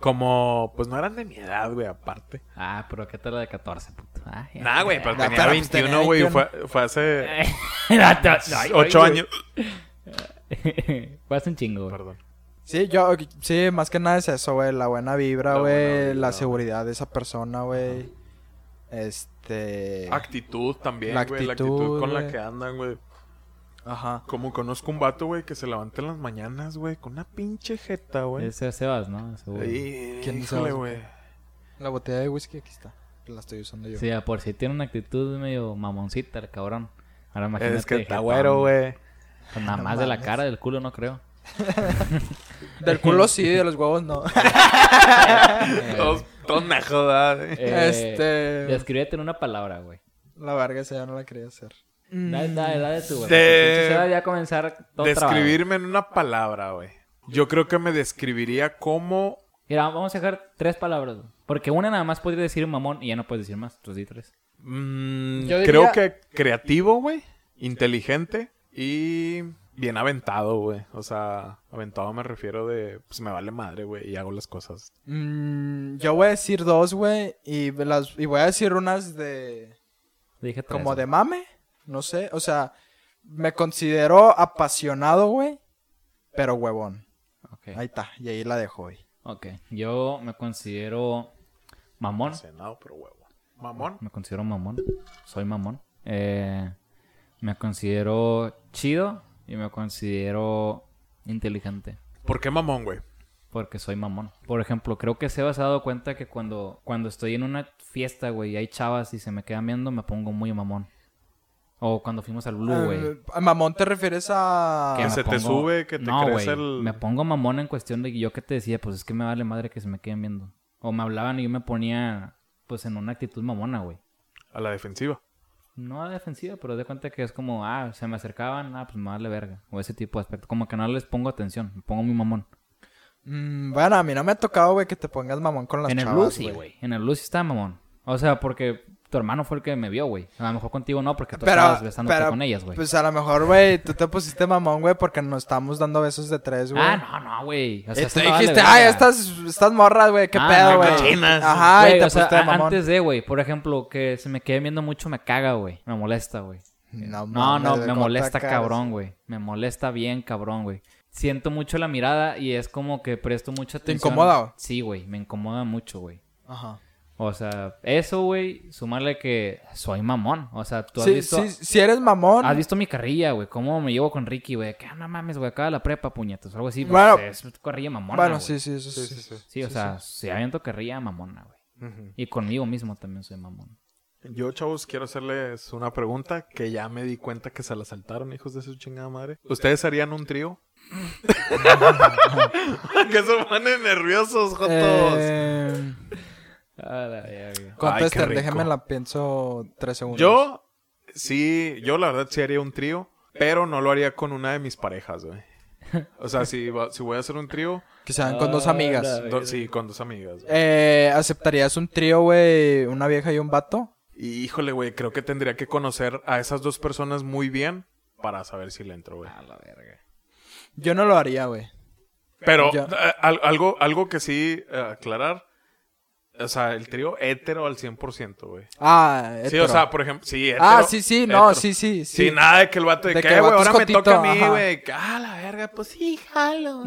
S2: Como... Pues no eran de mi edad, güey, aparte.
S3: Ah, pero qué tal la de 14, puto. Ah, ya.
S2: Nah, güey, pero
S1: Eh, No,
S3: <laughs>
S2: tenía
S1: pero, pues, tenía Eh,
S2: 21, güey.
S1: 21.
S2: Fue, fue hace
S3: No, te- no, ay,
S2: 8
S3: güey.
S2: años.
S3: <laughs> Fue hace un chingo, güey.
S2: Perdón.
S1: Sí, yo, sí, más que nada es eso, güey, la buena vibra,
S2: La buena
S1: güey,
S2: vibra.
S1: la seguridad de esa persona, güey, este...
S2: Ah, Actitud también,
S1: La
S2: güey. La
S1: actitud,
S2: actitud con la
S1: güey.
S2: que andan, güey.
S1: Ajá.
S2: Como conozco un vato, güey, que se levanta en las mañanas, güey, con una pinche jeta, güey.
S3: Ese es Sebas, ¿no? Seguro. Sí,
S2: Ay,
S1: ¿Quién
S2: Híjole,
S1: sabe?
S2: güey.
S1: La botella de whisky aquí está. La estoy usando yo.
S3: ya por si tiene una actitud medio mamoncita, el cabrón. Ahora imagínate.
S2: Es que está
S3: jetón,
S2: güero, güey.
S3: Pues Nada
S1: No
S3: más de la
S1: mames.
S3: cara, del culo,
S2: <laughs>
S3: no creo.
S1: Del culo sí, de
S3: <laughs>
S1: los huevos no. <laughs> Eh.
S2: Todos todos me joda, güey.
S3: Eh,
S1: este.
S3: Descríbete en una palabra, güey.
S1: La verga esa ya no la quería hacer.
S3: Dale, dale, dale tú, güey.
S2: De-
S3: Pinche Sebas ya comenzar todo trabado.
S2: Describirme en una palabra, güey. Yo creo que me describiría como...
S3: Mira, vamos a dejar tres palabras. güey. Porque una nada más podría decir mamón y ya no puedes decir más. Entonces di tres.
S2: mm,
S1: Yo diría-
S2: Creo que creativo, güey. Inteligente y bien aventado, güey. O sea, aventado me refiero de... Pues me vale madre, güey, y hago las cosas.
S1: Mm, yo voy a decir dos, güey. Y, las- y voy a decir unas de.
S3: Dije tres.
S1: Como
S3: güey.
S1: de mame. No sé. O sea, me considero apasionado, güey. Pero huevón.
S3: Ok.
S1: Ahí está. Y ahí la dejo, güey.
S3: Ok. Yo me considero mamón.
S2: Cenado, pero huevo. Mamón.
S3: Me considero mamón. Soy mamón. Eh, me considero chido y me considero inteligente.
S2: ¿Por qué mamón, güey?
S3: Porque soy mamón. Por ejemplo, creo que Sebas se ha dado cuenta que cuando, cuando estoy en una fiesta, güey, y hay chavas y se me quedan viendo, me pongo muy mamón. O cuando fuimos al Blue, güey.
S1: Eh, ¿a mamón te refieres a.
S2: Que
S3: me
S2: se te sube, que te crece
S3: güey,
S2: el-
S3: Me pongo mamón en cuestión de que yo que te decía, pues es que me vale madre que se me queden viendo. O me hablaban y yo me ponía, pues en una actitud mamona, güey.
S2: A la defensiva.
S3: No a defensiva, pero de cuenta que es como, ah, se me acercaban, ah, pues me vale verga. O ese tipo de aspecto. Como que no les pongo atención, me pongo muy mamón.
S1: Mm, bueno, a mí no me ha tocado, güey, que te pongas mamón con las
S3: en el
S1: chavas.
S3: Blue sí, güey. En el Blue sí estaba mamón. O sea, porque tu hermano fue el que me vio, güey. A lo mejor contigo no, porque tú
S1: Pero,
S3: estabas besándote
S1: pero,
S3: con ellas, güey.
S1: pues a lo mejor, güey, tú te pusiste mamón, güey, porque nos estamos dando besos de tres, güey.
S3: ah, no, no, güey. O sea,
S1: Y
S3: eso
S1: tú
S3: no vale
S1: dijiste,
S3: verga.
S1: ay, estas, estas morras, güey, qué
S3: Ah,
S1: pedo,
S3: no,
S1: güey.
S2: cochinas.
S1: Ajá,
S3: Güey,
S1: y te
S3: o sea,
S1: pusiste de
S3: a-
S1: mamón.
S3: antes de, güey, por ejemplo, que se me quede viendo mucho me caga, güey. Me molesta, güey.
S1: No,
S3: No,
S1: mames,
S3: no,
S1: güey, ¿cómo
S3: me
S1: te
S3: molesta
S1: acabas?
S3: cabrón, güey. Me molesta bien cabrón, güey. Siento mucho la mirada y es como que presto mucha
S1: ¿Te
S3: atención.
S1: incomoda, güey?
S3: Sí, güey, me incomoda mucho, güey.
S1: Ajá.
S3: O sea, eso, güey, sumarle que soy mamón. O sea, tú has
S1: Sí,
S3: visto...
S1: sí, si eres mamón.
S3: Has visto mi carrilla, güey. Cómo me llevo con Ricky, güey. Que ah, no mames, güey. Acaba la prepa, puñetas. O algo así.
S1: Bueno.
S3: pues, es carrilla mamona.
S1: Bueno,
S3: güey.
S1: sí, sí, eso sí.
S2: Sí, sí, sí.
S3: Sí, o sea, si aviento carrilla mamona, güey.
S2: Ujú.
S3: Y conmigo mismo también soy mamón.
S2: Yo, chavos, quiero hacerles una pregunta que ya me di cuenta que se la saltaron, hijos de su chingada madre. ¿Ustedes harían un trío? <laughs> que se ponen nerviosos, jotos.
S1: Eh,
S2: Ay,
S1: contesten,
S2: qué rico.
S1: déjenme la pienso tres segundos.
S2: Yo, sí, yo la verdad sí haría un trío, pero no lo haría con una de mis parejas, güey. O sea, si, va- si voy a hacer un trío,
S1: Que se
S3: Ah,
S1: van con dos amigas.
S2: do- sí, con dos amigas. güey.
S1: Eh, ¿Aceptarías un trío, güey, una vieja y un vato?
S2: Y híjole, güey, creo que tendría que conocer a esas dos personas muy bien para saber si le entro, güey.
S3: A la verga.
S1: Yo no lo haría, güey.
S2: Pero
S1: Ya.
S2: eh, al- algo, algo que sí eh, aclarar. O sea, el trío hétero al 100%, güey.
S1: Ah,
S2: Sí,
S1: hetero.
S2: o sea, por ejemplo, sí, hétero.
S1: Ah, sí, sí, no,
S2: hétero.
S1: sí, sí, sí.
S2: Sí, nada de que el vato de,
S1: De
S2: que,
S1: que el
S2: "Ay, güey,
S1: vato es
S2: ahora me
S1: cotito,
S2: toca a mí,
S1: ajá.
S2: güey. Ah, la verga, pues sí,
S1: <laughs>
S2: jalo.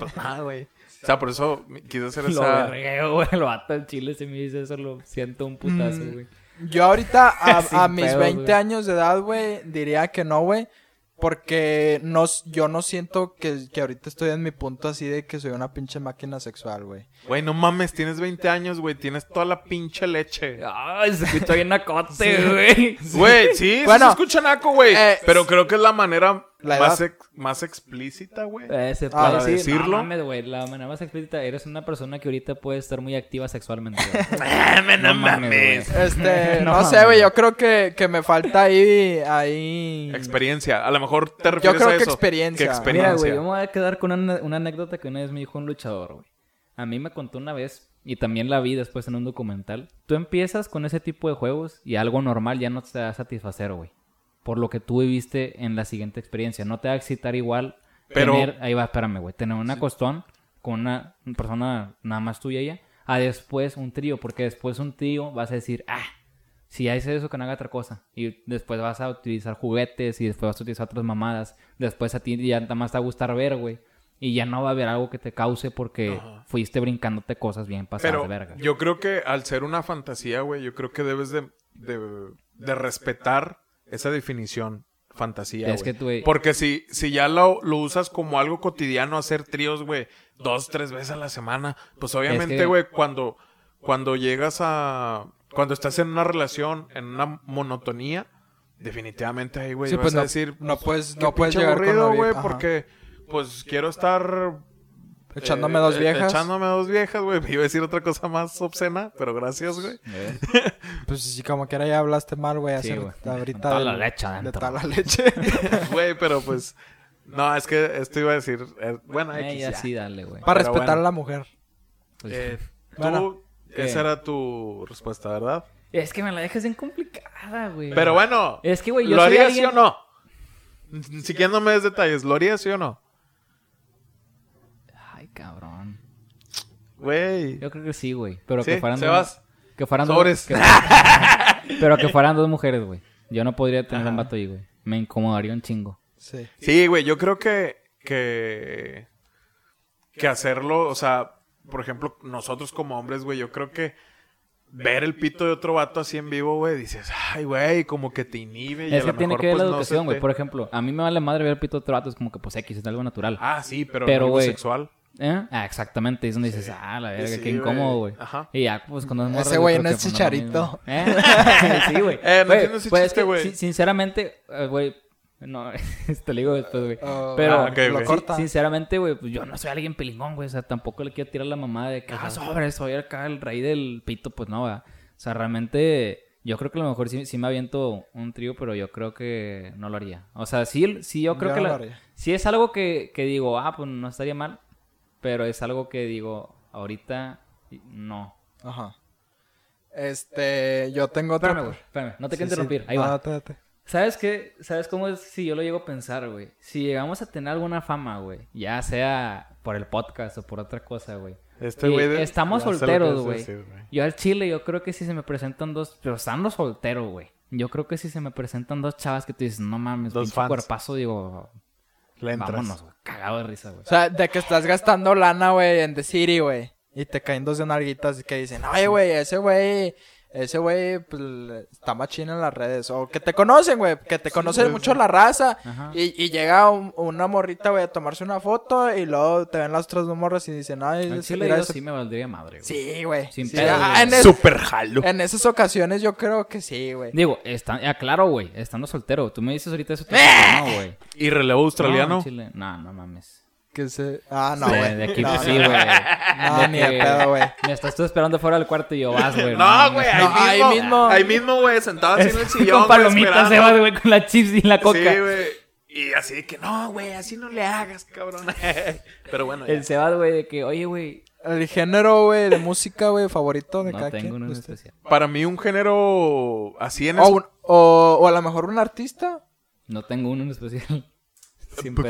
S2: pues nada, güey. O sea, por eso me- quise hacer
S3: Lo
S2: esa...
S3: vergueo, güey. Lo vato en Chile si me dice eso. Lo siento un putazo, güey.
S1: Yo
S2: <laughs>
S1: ahorita,
S3: Sin
S1: a, a mis
S3: pedos,
S1: 20
S3: güey.
S1: años de edad, güey, diría que no, güey. Porque no, s- yo no siento que, que ahorita estoy en mi punto así de que soy una pinche máquina sexual, güey.
S2: Güey, no mames, tienes 20 años, güey. Tienes toda la
S1: <laughs>
S2: pinche leche.
S3: Ay, se escucha bien nacote, güey.
S2: Güey, sí, sí
S1: Bueno,
S2: se escucha naco, güey.
S1: eh,
S2: pero creo que es la manera
S1: La
S2: más,
S1: edad.
S2: ex- más explícita, güey.
S3: Eh, se
S1: Ah,
S3: puede
S2: ¿para
S3: decir,
S2: decirlo?
S3: No mames, güey. La manera más explícita, eres una persona que ahorita puede estar muy activa sexualmente.
S2: Mame, <laughs> no
S3: mames,
S2: mames.
S1: Este, <laughs>
S3: No
S1: no, sé, güey, yo creo que, que me falta ahí, ahí...
S2: Experiencia. A lo mejor te refieres
S1: creo
S2: a
S1: que
S2: eso.
S1: experiencia.
S2: Que
S3: Mira,
S2: experiencia.
S3: güey, yo me voy a quedar con una, una anécdota que una vez me dijo un luchador, güey. A mí me contó una vez, y también la vi después en un documental. Tú empiezas con ese tipo de juegos y algo normal ya no te va a satisfacer, güey. Por lo que tú viviste en la siguiente experiencia. No te va a excitar igual
S2: Pero-
S3: tener... Ahí va, espérame, güey. Tener una costón con una persona nada más tuya y ella. A después un trío, porque después un trío vas a decir, ah, si ya hice eso, que no haga otra cosa. Y después vas a utilizar juguetes y después vas a utilizar otras mamadas. Después a ti ya nada más te va a gustar ver, güey. Y ya no va a haber algo que te cause porque fuiste brincándote cosas bien pasadas
S2: Pero
S3: de verga.
S2: yo creo que al ser una fantasía, güey, yo creo que debes de, de- de respetar esa definición. Fantasía,
S3: Es
S2: güey.
S3: que, güey-
S2: Porque si, si ya lo, lo usas como algo cotidiano, hacer tríos, güey, dos, tres veces a la semana, pues obviamente,
S3: que-
S2: güey, cuando, cuando llegas a... Cuando estás en una relación, en una monotonía, definitivamente ahí, güey,
S1: Sí,
S2: vas
S1: pues
S2: a
S1: no,
S2: decir...
S1: no puedes,
S2: "Qué
S1: no puedes
S2: pinche
S1: llegar con
S2: aburrido,
S1: una
S2: güey,
S1: vieja, ajá.
S2: porque... Pues quiero estar
S1: Echándome
S2: eh,
S1: dos
S2: eh,
S1: viejas.
S2: Echándome dos viejas, güey. Me iba a decir otra cosa más obscena, pero gracias, güey.
S3: <laughs> ¿Ves?
S1: Pues sí, como quiera ya hablaste mal, güey,
S3: Sí,
S1: hace
S3: güey.
S1: ahorita...
S3: Toda
S1: de-
S3: la leche
S1: De
S3: adentro.
S1: toda la leche.
S2: Güey, pero pues. No, es que esto iba a decir. eh, bueno,
S3: Eh,
S2: X,
S3: ya
S2: ya.
S3: sí, dale, güey.
S1: Para
S2: Pero
S1: respetar
S2: bueno.
S1: a la mujer.
S3: Pues,
S2: Eh, tú,
S1: Bueno,
S2: esa
S3: eh.
S2: era tu respuesta, ¿verdad?
S3: Es que me la dejas bien complicada, güey.
S2: Pero bueno.
S3: Es que, güey, yo
S2: ¿Lo
S3: soy
S2: harías sí
S3: alguien-
S2: o no? Ni siquiera no me des detalles. ¿Lo harías sí o no?
S3: Ay, cabrón.
S2: Güey.
S3: Yo creo que sí, güey. Pero
S2: Sí,
S3: que fueran
S2: Sebas.
S3: dos. Que fueran <laughs> dos-
S2: Sobres. <laughs>
S3: que- pero que fueran dos mujeres, güey. Yo no podría tener un vato ahí, güey. Me incomodaría un chingo.
S1: Sí.
S2: Sí, güey, yo creo que, que. que hacerlo, o sea, por ejemplo, nosotros como hombres, güey, yo creo que ver el pito de otro vato así en vivo, güey, dices, ay, güey, como que te inhibe. y a
S3: Es que
S2: lo
S3: tiene
S2: mejor,
S3: que ver la
S2: pues, no se
S3: educación, güey.
S2: te-
S3: Por ejemplo, a mí me vale madre ver pito de otro vato, es como que pues X, es algo natural.
S2: Ah, sí, pero,
S3: Pero,
S2: pero
S3: güey,
S2: sexual.
S3: ¿Eh? Ah, exactamente. Es donde dices, ah, la verga,
S2: Sí,
S3: qué
S2: güey.
S3: incómodo, güey.
S2: Ajá.
S3: Y ya, pues cuando es morra,
S1: Ese
S3: yo
S1: güey
S3: creo
S1: no
S3: que,
S1: es
S3: pues, lo mismo.
S1: chicharito.
S3: ¿Eh? <laughs> sí, güey.
S2: <laughs> Eh, no
S3: Güey,
S2: entiendo ese
S3: pues, es
S2: chiste,
S3: que,
S2: güey.
S3: sin- sinceramente, eh, güey, <laughs> no, te lo digo después, güey.
S1: Oh,
S3: Pero,
S2: Ah, ok,
S1: lo
S2: ok.
S3: Sí,
S1: corta.
S3: Sinceramente, güey, pues yo no soy alguien pelingón, güey. O sea, tampoco le quiero tirar la mamada de que, ah, sobre, soy acá el rey del pito, pues no, va. O sea, realmente, yo creo que a lo mejor sí, sí me aviento un trío, pero yo creo que no lo haría. O sea, sí, sí yo creo
S1: Yo
S3: que
S1: no
S3: la-
S1: lo haría.
S3: sí es algo que, que digo, ah, pues no estaría mal, pero es algo que digo, ahorita no.
S1: Ajá. Este, yo tengo otra.
S3: Espérame, güey. Espérame. No te quiero
S1: Sí, sí.
S3: interrumpir. Ahí
S1: No,
S3: va.
S1: espérate.
S3: ¿Sabes qué? ¿Sabes cómo es si yo lo llego a pensar, güey? Si llegamos a tener alguna fama, güey, ya sea por el podcast o por otra cosa, güey.
S2: Este
S3: Y
S2: güey de-
S3: estamos
S2: ya sé lo que
S3: solteros,
S2: vas a
S3: güey.
S2: decir, güey.
S3: Yo al chile, yo creo que si se me presentan dos, pero estando soltero, güey. Yo creo que si se me presentan dos chavas que tú dices, no mames,
S2: Dos
S3: pinche
S2: fans.
S3: cuerpazo, digo,
S2: Le entras.
S3: vámonos, güey. Cagado de risa, güey.
S1: O sea, de que estás gastando lana, güey, en The City, güey. Y te caen dos de nalguitas que dicen, ay, güey, ese güey, ese güey, pues, le- está más chino en las redes. O que te conocen, güey, que te conocen
S2: güey,
S1: mucho la raza.
S3: Ajá.
S1: Y, y llega un- una morrita, güey, a tomarse una foto. Y luego te ven las otras dos morras y dicen, ay,
S3: Al
S1: ese-
S3: chile
S1: mira
S3: yo
S1: ese-
S3: sí me valdría madre, güey.
S1: Sí, güey.
S3: Sin
S1: Sí,
S3: pedo,
S1: ah,
S3: güey.
S1: en, es-
S2: Super jalo.
S1: en esas ocasiones yo creo que sí, güey.
S3: Digo, está, ah, claro, güey, estando soltero. Tú me dices ahorita eso, te no, güey.
S2: ¿Y relevo
S3: No,
S2: australiano?
S3: al chile, no, no mames.
S1: Que se... Ah, no,
S3: de,
S1: güey.
S3: de aquí pues
S1: No,
S3: sí, güey.
S1: No, ni de
S3: que
S1: pedo, güey.
S3: Me estás tú esperando fuera del cuarto y yo vas, güey.
S1: ahí No, ahí mismo- mismo. ahí
S2: güey, sentado así en el
S3: <laughs> con palomitas se va, güey, con la chips y la coca.
S2: Sí, güey. Y así de que, no, güey, así no le hagas, cabrón. <laughs> Pero bueno, ya.
S3: El Sebas, güey, de que, oye, güey,
S1: El género, güey, de música, güey, favorito de
S3: no
S1: cada
S3: tengo
S1: quien.
S3: uno en
S1: de ustedes.
S3: especial.
S2: para mí un género así en...
S1: O,
S2: es-
S1: Oh, un- o, o a lo mejor un artista.
S3: No tengo uno en especial.
S1: <laughs>
S3: Sin pedo.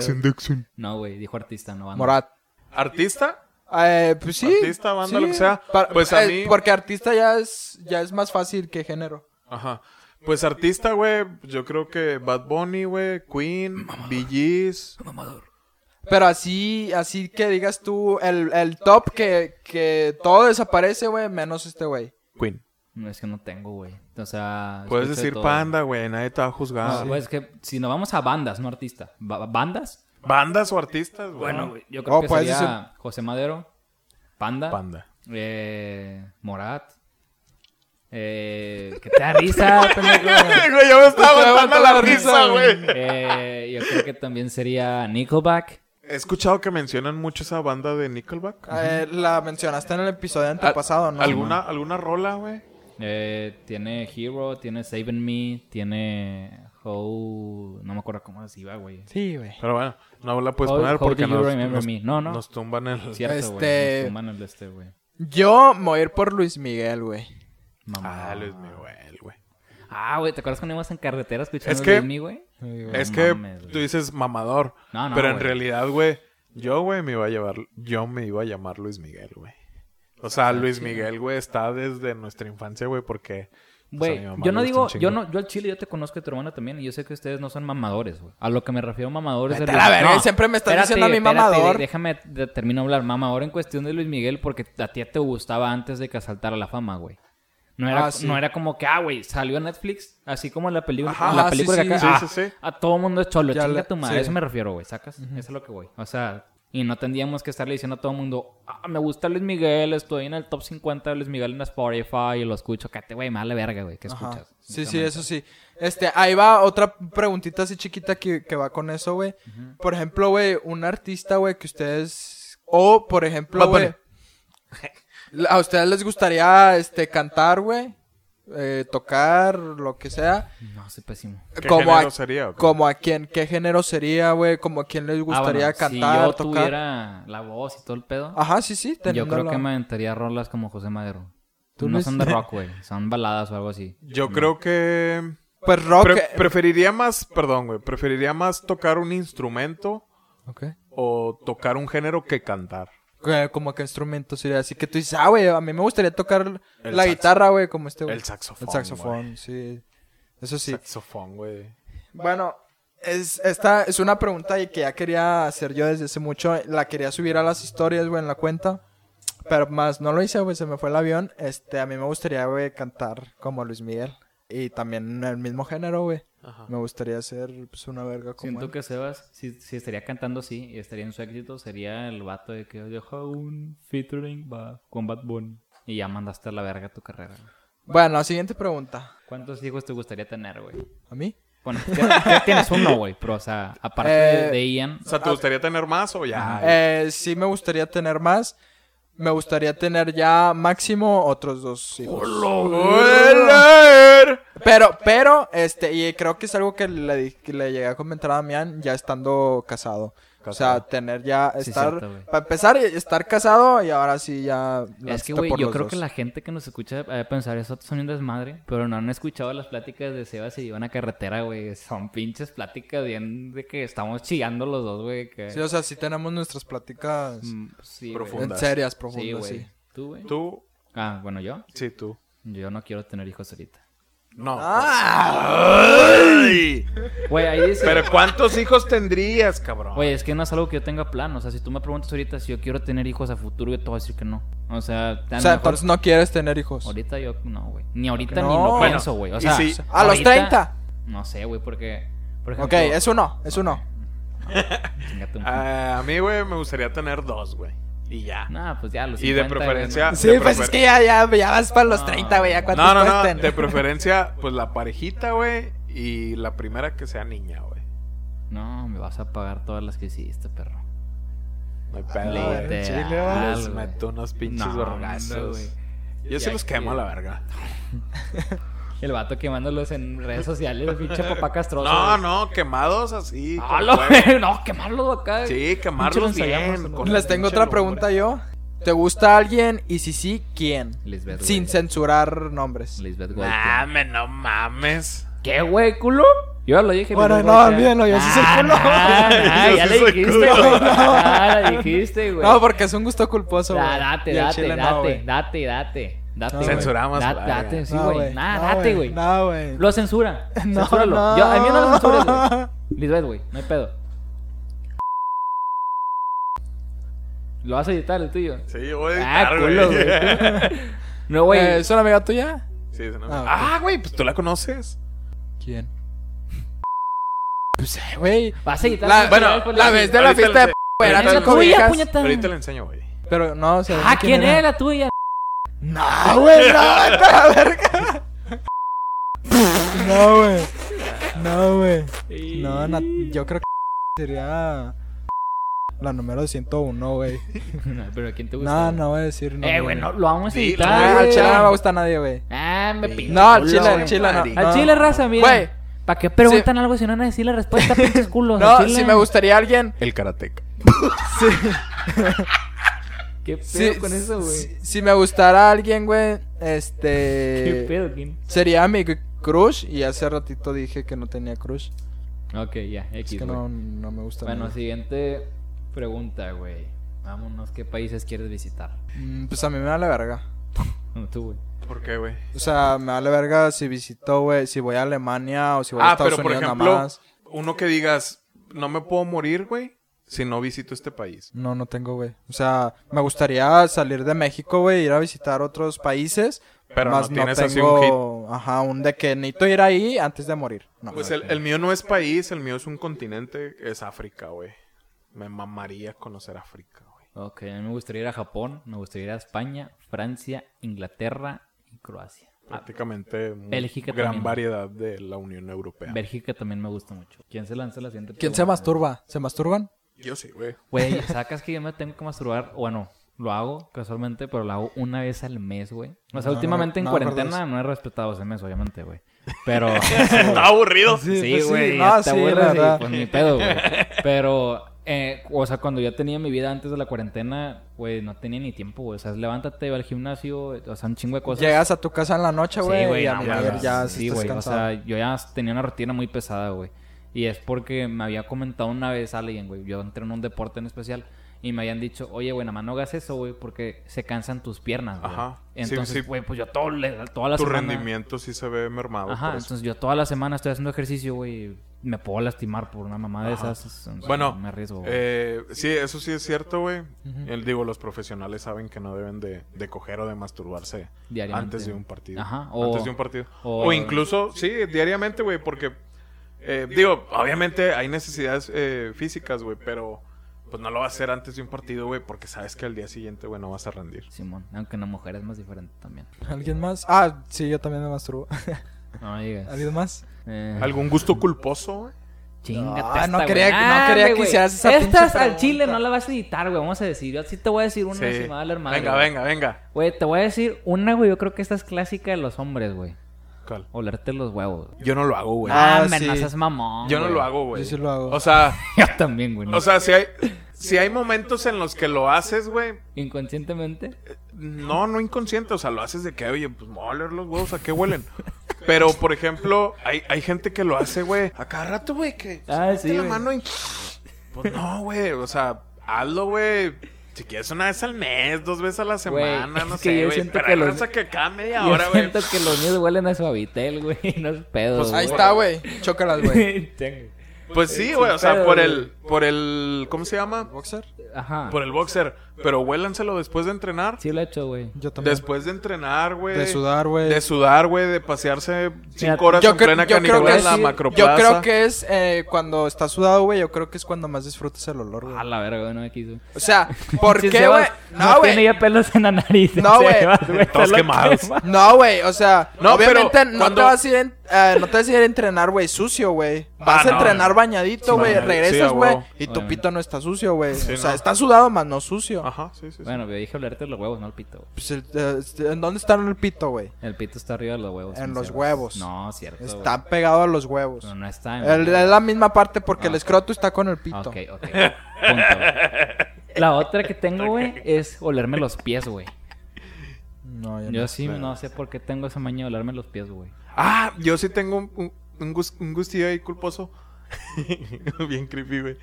S3: No, güey, dijo artista, no banda.
S1: Morat.
S2: ¿Artista?
S1: Eh, pues sí. eh,
S2: Artista, banda, lo que sea. Pues a mí-
S1: Porque artista ya es, ya es más fácil que género.
S2: Ajá. Pues artista, güey, yo creo que Bad Bunny, güey, Queen, Bee Gees.
S1: Pero así, así que digas tú, el, el top que, que todo desaparece, güey, menos este güey.
S2: Queen.
S3: No, es que no tengo, güey. O sea...
S2: Puedes
S3: escucho de
S2: decir
S3: todo.
S2: Panda, güey, nadie te va a juzgar.
S1: Ah,
S3: No, pues. güey, es que si nos vamos a bandas, no artista. ba- ¿Bandas?
S2: ¿Bandas o artistas, güey?
S3: Bueno, güey, yo creo
S1: Oh,
S3: que
S1: puedes
S3: sería
S1: decir-
S3: José Madero, Panda,
S2: Panda.
S3: <laughs> eh, Morat, eh, que te da risa, <laughs> pendejo.
S2: Güey, yo me estaba
S1: Te
S2: aguantando
S1: aguanta
S2: la
S1: la
S2: risa,
S1: risa,
S2: güey.
S3: Eh, yo creo que también sería Nickelback.
S2: He escuchado que mencionan mucho esa banda de Nickelback. Ah,
S1: Eh, la mencionaste en el episodio antepasado, ¿no?
S2: ¿Alguna, alguna rola, güey?
S3: eh, tiene Hero, tiene Saving Me, tiene How... No me acuerdo cómo se iba, güey.
S1: Sí, güey.
S2: Pero bueno, no la puedes
S3: How-
S2: poner
S3: how
S2: porque
S3: do you
S2: nos,
S3: remember
S2: nos-
S3: me? No, no.
S2: nos tumban el...
S3: Cierto, güey.
S1: Este-
S3: nos tumban el este, güey.
S1: Yo me voy a ir por Luis Miguel, güey.
S3: Mamá.
S2: Ah, Luis Miguel, güey.
S3: Ah, güey, ¿te acuerdas cuando íbamos en carretera escuchando
S2: Es que-
S3: Luis Miguel, güey? No
S2: Es que
S3: mames,
S2: tú
S3: güey.
S2: dices mamador.
S3: No, no,
S2: pero en
S3: güey.
S2: realidad, güey, yo, güey, me iba a llevar... Yo me iba a llamar Luis Miguel, güey. O
S3: Ah,
S2: sea, Luis Miguel, güey, está desde nuestra infancia, güey, porque... pues, a mi
S3: Güey,
S2: mamá le
S3: yo no
S2: gusta
S3: digo,
S2: un chingo.
S3: yo no, yo al chile, yo te conozco y tu hermana también, y yo sé que ustedes no son mamadores, güey. A lo que me refiero mamadores
S1: Vete a la verga,
S3: No,
S1: siempre me estás
S3: espérate,
S1: diciendo a mí
S3: espérate,
S1: mamador.
S3: de- déjame, de- termino de hablar, mamador en cuestión de Luis Miguel, porque a ti te gustaba antes de que asaltara la fama, güey. No era,
S1: Ah, sí.
S3: no era como que, ah, güey, salió a Netflix, así como la película,
S2: Ajá,
S1: sí,
S3: la película
S1: sí,
S3: que
S2: sí,
S3: acá,
S2: sí,
S3: ah,
S2: sí.
S3: a todo mundo es cholo,
S1: Ya
S3: chinga
S1: la-
S3: tu madre,
S1: sí.
S3: a eso me refiero, güey, sacas, eso es lo que voy, o sea, y no tendríamos que estarle diciendo a todo mundo, ah, me gusta Luis Miguel, estoy en el top 50 de Luis Miguel en Spotify y lo escucho, cállate, güey, mala verga, güey, que
S1: Ajá.
S3: escuchas.
S1: Ah, Sí, sí, eso sí. Este, ahí va otra preguntita así chiquita que, que va con eso, güey. Por ejemplo, güey, un artista, güey, que ustedes... O, por ejemplo,
S2: Bad Bunny.
S1: güey... ¿A ustedes les gustaría, este, cantar, güey? Eh, tocar, lo que sea.
S3: No, soy pésimo.
S2: ¿Qué
S1: como
S2: género
S1: a,
S2: sería, o qué?
S1: como a quién, qué género sería, güey, como a quién les gustaría
S3: Ah, bueno,
S1: cantar,
S3: Si yo
S1: tocar.
S3: tuviera la voz y todo el pedo,
S1: Ajá, sí, sí.
S3: yo creo
S1: teniéndolo.
S3: que me aventaría rolas como José Madero.
S1: ¿Tú
S3: no
S1: les-
S3: son de rock, güey. Son baladas o algo así.
S2: Yo creo que...
S1: Pues rock.
S2: Pre- preferiría más, perdón, güey, preferiría más tocar un instrumento
S1: Ok.
S2: o tocar un género que cantar.
S1: Eh, Como que instrumento sería así que tú dices, ah, güey, a mí me gustaría tocar
S2: El
S1: la
S2: sax-
S1: guitarra, güey, como este, güey.
S2: el saxofón,
S1: El saxofón, sí. Eso sí.
S2: Saxofón, güey.
S1: Bueno, es, esta es una pregunta y que ya quería hacer yo desde hace mucho. La quería subir a las historias, güey, en la cuenta. Pero más, no lo hice, güey, se me fue el avión. Este, a mí me gustaría, güey, cantar como Luis Miguel. Y también en el mismo género, güey.
S2: Ajá.
S1: Me gustaría hacer, pues, una verga como
S3: Siento
S1: él.
S3: que Sebas, si, si estaría cantando así y estaría en su éxito, sería el vato de que dejó un featuring ba- con Bad Bunny. Y ya mandaste a la verga tu carrera. güey.
S1: Bueno, siguiente pregunta.
S3: ¿Cuántos hijos te gustaría tener, güey?
S1: ¿A mí?
S3: Bueno, ya- ya tienes uno, güey, pero o sea, aparte de-
S1: Eh,
S3: de Ian,
S2: O sea, ¿te gustaría tener más o ya?
S1: Eh, sí me gustaría tener más. Me gustaría tener ya máximo otros dos hijos.
S2: ¡Joder!
S1: Pero, pero, este, y creo que es algo que le, di- que le llegué a comentar a Damián ya estando casado. O sea, tener ya,
S3: Sí,
S1: estar,
S3: cierto, güey.
S1: para empezar, estar casado y ahora sí ya...
S3: Es que,
S1: lánzate
S3: güey,
S1: por
S3: yo
S1: los
S3: creo
S1: dos.
S3: que la gente que nos escucha ha de pensar, eso son un desmadre, pero no han escuchado las pláticas de Sebas y Iván a carretera, güey. Son pinches pláticas bien de que estamos chillando los dos, güey. Que...
S1: Sí, o sea, sí tenemos nuestras pláticas
S3: Mm, sí, güey.
S2: Profundo.
S1: en
S2: Profundas.
S1: serias,
S3: Sí,
S1: profundas,
S3: güey.
S1: sí.
S3: ¿Tú, güey?
S2: Tú,
S3: Ah, bueno, ¿yo?
S2: sí, tú.
S3: Yo no quiero tener hijos ahorita.
S2: No.
S1: ¡Ay!
S3: Güey, ahí dice...
S2: Pero ¿cuántos hijos tendrías, cabrón?
S3: Güey, es que no es algo que yo tenga plan. O sea, si tú me preguntas ahorita si yo quiero tener hijos a futuro, yo te voy a decir que no. O sea, tan
S1: O sea,
S3: mejor-
S1: entonces no quieres tener
S2: Pues,
S1: hijos.
S3: ahorita yo no, güey. Ni ahorita
S1: No.
S3: ni lo
S1: Bueno,
S3: pienso, güey. O
S2: y
S3: sea,
S2: si-
S1: A los
S3: ahorita-
S1: 30.
S3: No sé, güey, porque. Por
S1: Ok,
S3: ejemplo,
S1: es uno, es uno.
S3: chingate un-
S2: Ah, a mí, güey, me gustaría tener dos, güey. Y ya.
S3: Nah, pues ya, a los
S2: Y de
S3: 50,
S2: preferencia-
S3: güey,
S1: Sí,
S2: de
S1: pues
S2: prefer-
S1: es que ya, ya, ya vas para los
S3: No.
S1: 30, güey. ¿Ya cuántos
S2: No, no,
S1: puedes
S2: no.
S1: tener?
S2: De preferencia, pues la parejita, güey. Y la primera que sea niña, güey.
S3: No, No, me vas a pagar todas las que hiciste, perro.
S2: No hay pedo,
S1: Literal,
S2: güey. Ah, Chile, güey, les
S3: güey.
S2: meto unos pinches
S3: No, no,
S2: vergazos.
S3: güey.
S2: Yo se
S3: Ya
S2: los
S3: que-
S2: quemo a la verga.
S3: El vato quemándolos en redes sociales, el
S2: <laughs>
S3: pinche papá castroso.
S2: No,
S3: güey.
S2: no, quemados así.
S3: Ah,
S2: con
S3: lo-
S2: fuego.
S3: <laughs> no, quemarlos acá.
S2: Sí, quemarlos
S3: Pinche
S2: bien.
S3: lanzallamas,
S2: con
S3: ¿no?
S1: Les tengo
S2: pinche
S1: otra pregunta
S2: lumbre.
S1: yo. ¿Te gusta alguien? Y si sí, ¿quién?
S3: Lisbeth,
S1: Sin
S3: güey.
S1: censurar nombres.
S3: Lisbeth Gold.
S2: Nah, me no mames.
S3: ¿Qué, güey, culo? Yo ya lo dije.
S1: Bueno,
S3: Lisbeth
S1: no,
S3: Gold, ya.
S1: olvídalo, yo sí soy
S3: Nah,
S1: culo.
S3: nah,
S2: <laughs>
S3: nah,
S2: Yo
S3: ya
S2: sí
S3: le
S2: soy
S3: dijiste,
S2: culo. <laughs>
S3: güey. Ah, Ya la dijiste, güey.
S1: No, porque es un gusto culposo, güey.
S3: Ya, date,
S1: Y al
S3: date,
S1: chile no,
S3: date,
S1: güey.
S3: date, date, date.
S1: No,
S3: güey.
S2: Censuramos,
S3: Date,
S2: la verga.
S3: date, sí,
S1: No,
S3: güey. Nada,
S1: No,
S3: date, güey.
S1: No, güey.
S3: Lo censura.
S1: <laughs> No,
S3: Censúralo.
S1: no.
S3: Yo- a mí no lo censures, güey.
S1: <laughs>
S3: Lisbeth, güey, no hay pedo. Lo vas a editar el tuyo.
S2: Sí, yo voy a
S3: Ah,
S2: editar,
S3: culo,
S2: güey. <laughs>
S3: güey.
S1: <laughs>
S3: No, güey.
S1: Eh, ¿Es una amiga tuya?
S2: Sí, se no-
S1: Ah, ok.
S2: Ah, güey, pues tú la conoces.
S1: ¿Quién? Pues, eh, güey.
S3: Vas a editar.
S1: La-
S2: Ah,
S3: el
S1: bueno,
S3: tuyo, después
S1: La
S3: lo-
S1: vez de la
S2: pues, Ahorita
S1: fiesta de
S2: le-
S1: p, güey. Eran
S2: ahorita
S1: cinco
S3: le-
S1: viejas.
S3: Puñeta.
S2: Ahorita le enseño, güey.
S1: Pero no, o sea.
S3: Ah, ¿quién
S1: era?
S3: es la tuya? <laughs>
S1: No, güey, no, vete a la verga. No, güey. No, güey. No, na- yo creo que sería la número 101, güey.
S3: No, Pero ¿quién te gusta?
S1: No,
S3: güey?
S1: no voy a decir no.
S3: Pues Eh, güey, no, lo vamos a
S2: Dilo,
S1: Ah,
S3: editar.
S1: al
S3: güey.
S1: chile no me gusta a nadie, güey.
S3: Ah, me pinta.
S1: No, al
S2: culo,
S1: chile,
S2: güey.
S1: al chile no.
S2: Marica.
S3: Al
S1: No.
S3: chile, raza, mira.
S1: Güey.
S3: ¿Para qué preguntan algo si no van a decir la
S1: <laughs>
S3: respuesta, pinches culos?
S1: No, si me gustaría alguien.
S2: El karateca.
S3: ¿Qué pedo
S1: Si,
S3: con eso, güey?
S1: si- si me gustara alguien, güey,
S3: ¿Qué
S1: este.
S3: pedo, quién?
S1: Sería mi crush. Y hace ratito dije que no tenía crush.
S3: Ok, ya, X,
S1: Es que
S3: güey.
S1: no, no me gusta.
S3: Bueno,
S1: nadie.
S3: siguiente pregunta, güey. Vámonos, ¿qué países quieres visitar? <laughs>
S1: Mm, Pues a mí me da la verga.
S3: No, tú, güey.
S2: ¿Por qué, güey?
S1: O sea, me vale verga si visito, güey, si voy a Alemania o si voy a
S2: Ah,
S1: Estados
S2: pero por
S1: Unidos
S2: ejemplo,
S1: nada más.
S2: uno que digas, no me puedo morir, güey, si no visito este país.
S1: No, no tengo, güey. O sea, me gustaría salir de México, güey, ir a visitar otros países.
S2: Pero
S1: más
S2: no tienes así
S1: tengo, Ajá, un de que necesito ir ahí antes de morir. No.
S3: eh,
S2: Pues el, el mío no es país, el mío es un continente, es África, güey. Me mamaría conocer África, güey.
S3: Ok, a mí me gustaría ir a Japón, me gustaría ir a España, Francia, Inglaterra y Croacia. Ah,
S2: Prácticamente una
S3: Bélgica
S2: gran
S3: también.
S2: variedad de la Unión Europea.
S3: Bélgica también me gusta mucho. ¿Quién se lanza la siguiente
S1: ¿Quién se
S3: pregunta?
S1: masturba? ¿Se masturban?
S2: Yo sí, güey.
S3: Güey, sacas que yo me tengo que masturbar. Bueno, lo hago casualmente, pero lo hago una vez al mes, güey. O sea,
S1: No, no,
S3: últimamente en
S1: no me acuerdo
S3: cuarentena no he respetado ese mes, obviamente, güey. Pero.
S2: Está aburrido.
S3: sí,
S1: pues <laughs> sí,
S3: güey.
S1: no,
S3: ya te
S1: sí, la
S3: aburres y,
S1: verdad.
S3: pues, ni pedo, güey. Pero. eh, o sea, cuando ya tenía mi vida antes de la cuarentena, güey, no tenía ni tiempo, güey. O sea, levántate, va al gimnasio, o sea, un chingo de cosas.
S1: Llegas a tu casa en la noche, güey, y a
S3: no,
S1: morir
S3: mames.
S1: ya
S3: sí,
S1: estás
S3: güey. O
S1: cansado.
S3: sea, yo ya tenía una rutina muy pesada, güey. Y es porque me había comentado una vez alguien, güey. Yo entreno un deporte en especial. Y me habían dicho, oye, güey, nada más no hagas eso, güey, porque se cansan tus piernas, güey.
S2: Ajá. Sí, sí.
S3: Entonces, güey, pues yo todo, le- toda la
S2: tu
S3: semana...
S2: rendimiento sí se ve mermado.
S3: Ajá,
S2: por eso.
S3: entonces yo toda la semana estoy haciendo ejercicio, güey. y Me puedo lastimar por una mamá de
S2: Ajá.
S3: esas. entonces,
S2: Bueno,
S3: me arriesgo, güey.
S2: eh, sí, eso sí es cierto, güey. El- Digo, los profesionales saben que no deben de, de coger o de masturbarse
S3: Diariamente.
S2: antes de un partido.
S3: Ajá, o-
S2: antes de un partido.
S3: o-
S2: O, incluso, sí, diariamente, güey, porque... eh, digo, obviamente hay necesidades eh, físicas, güey, pero... Pues no lo vas a hacer antes de un partido, güey, porque sabes que al día siguiente, güey, no vas a rendir.
S3: Simón, aunque en la mujer es más diferente también.
S1: ¿Alguien más? Ah, sí, yo también me masturbo.
S3: No me digas.
S1: <laughs> ¿Alguien más?
S3: Eh,
S2: ¿Algún gusto culposo, güey?
S3: Chingate
S1: Ah, no
S3: esta,
S1: quería-
S3: güey.
S1: no quería que
S3: güey.
S1: hicieras esa pinche
S3: Estas al
S1: pregunta.
S3: chile no la vas a editar, güey. Vamos a decir. Yo sí te voy a decir una si
S2: Sí.
S3: me va a dar la madre,
S2: venga,
S3: güey.
S2: venga, venga.
S3: Güey, te voy a decir una, güey. Yo creo que esta es clásica de los hombres, güey.
S2: ¿Cuál?
S3: Olerte los huevos. güey.
S2: Yo no lo hago, güey.
S1: Ah,
S3: Ah, men,
S1: sí.
S3: no seas mamón.
S2: Yo no
S3: güey.
S2: lo hago, güey.
S1: Yo sí lo hago.
S2: O sea,
S3: <laughs> Yo también, güey.
S2: o sea, si hay, si hay momentos en los que lo haces, güey,
S3: Inconscientemente.
S2: No, no inconsciente, o sea, lo haces de que, oye, pues me voy a oler los huevos, ¿a qué huelen? Pero, por ejemplo, hay, hay gente que lo hace, güey, a cada rato, güey, que se
S3: Ah,
S2: mete
S3: sí,
S2: la
S3: güey.
S2: mano y... Pues no, güey, o sea, hazlo, güey, si quieres una vez al mes, dos veces a la
S3: Güey,
S2: semana, no
S3: es que
S2: sé,
S3: yo
S2: güey,
S3: siento
S2: pero
S3: que
S2: hay
S3: los-
S2: raza que cada media
S3: Yo
S2: hora, güey.
S3: siento que los míos huelen a suavitel, güey. <laughs> No es pedo.
S2: Pues
S1: Ahí
S3: <laughs>
S1: está, güey. Chócalas, <laughs> güey.
S3: Tengo.
S2: Pues sí, güey, o sea,
S3: pedo,
S2: por
S3: güey.
S2: el, por el, ¿cómo se llama?
S1: ¿Boxer?
S3: Ajá.
S2: Por el boxer, pero huélanselo después de entrenar.
S3: Sí lo he hecho, güey.
S1: Yo también.
S2: Después de entrenar, güey.
S1: De sudar, güey.
S2: De sudar, güey, de pasearse
S3: Mira,
S2: cinco horas
S1: Yo,
S2: en
S1: cre-
S2: plena
S1: yo creo
S2: canícula
S1: que
S2: en la
S1: sí- yo
S2: macroplaza.
S1: creo que es eh, cuando está sudado, güey. Yo creo que es cuando más disfrutas el olor,
S3: A
S1: güey.
S3: la verga, güey, no me quiso.
S1: O
S2: <laughs>
S1: sea, ¿por
S3: Sí,
S1: qué, güey?
S3: Sebas
S1: No,
S3: tiene
S1: güey.
S3: ya pelos en la nariz. <laughs>
S1: No, güey.
S3: Sebas, güey,
S2: Todos
S3: se lo
S2: quemados.
S3: quema.
S1: No, güey. O sea,
S2: No, pero
S1: obviamente no,
S2: cuando-
S1: te vas a ir en- eh, no te vas a ir a entrenar, güey, sucio, güey. Vas
S2: Ah,
S1: a
S2: no.
S1: entrenar bañadito,
S2: Sí,
S1: güey.
S2: bañadito, sí, a
S1: regresas, güey.
S2: huevo. Ah.
S1: y tu
S3: Obviamente.
S1: pito no está sucio, güey.
S2: Sí,
S1: o sea,
S2: no. Ah.
S1: está sudado, más no sucio.
S2: Ajá, sí, sí. sí.
S3: Bueno, yo dije olerte los huevos, no el pito. güey.
S1: Pues, el- eh, este, ¿En dónde está el pito, güey?
S3: El pito está arriba de los huevos.
S1: En
S3: mi
S1: los
S3: Sebas.
S1: huevos.
S3: No, cierto.
S1: Está
S2: Ah.
S3: güey.
S1: pegado a los huevos.
S3: No, no está. en
S1: El-
S3: los
S1: es
S3: huevos.
S1: la misma parte porque el
S3: Ah.
S1: escroto está con el pito.
S3: Ok, ok. Punto. La otra que tengo, güey, es olerme los pies, güey.
S1: No, yo no.
S3: Yo sí no sé por qué tengo esa maña de olerme los pies, güey.
S2: Ah, yo sí tengo un, un, un gus- un gustillo ahí culposo. <laughs> Bien creepy, güey.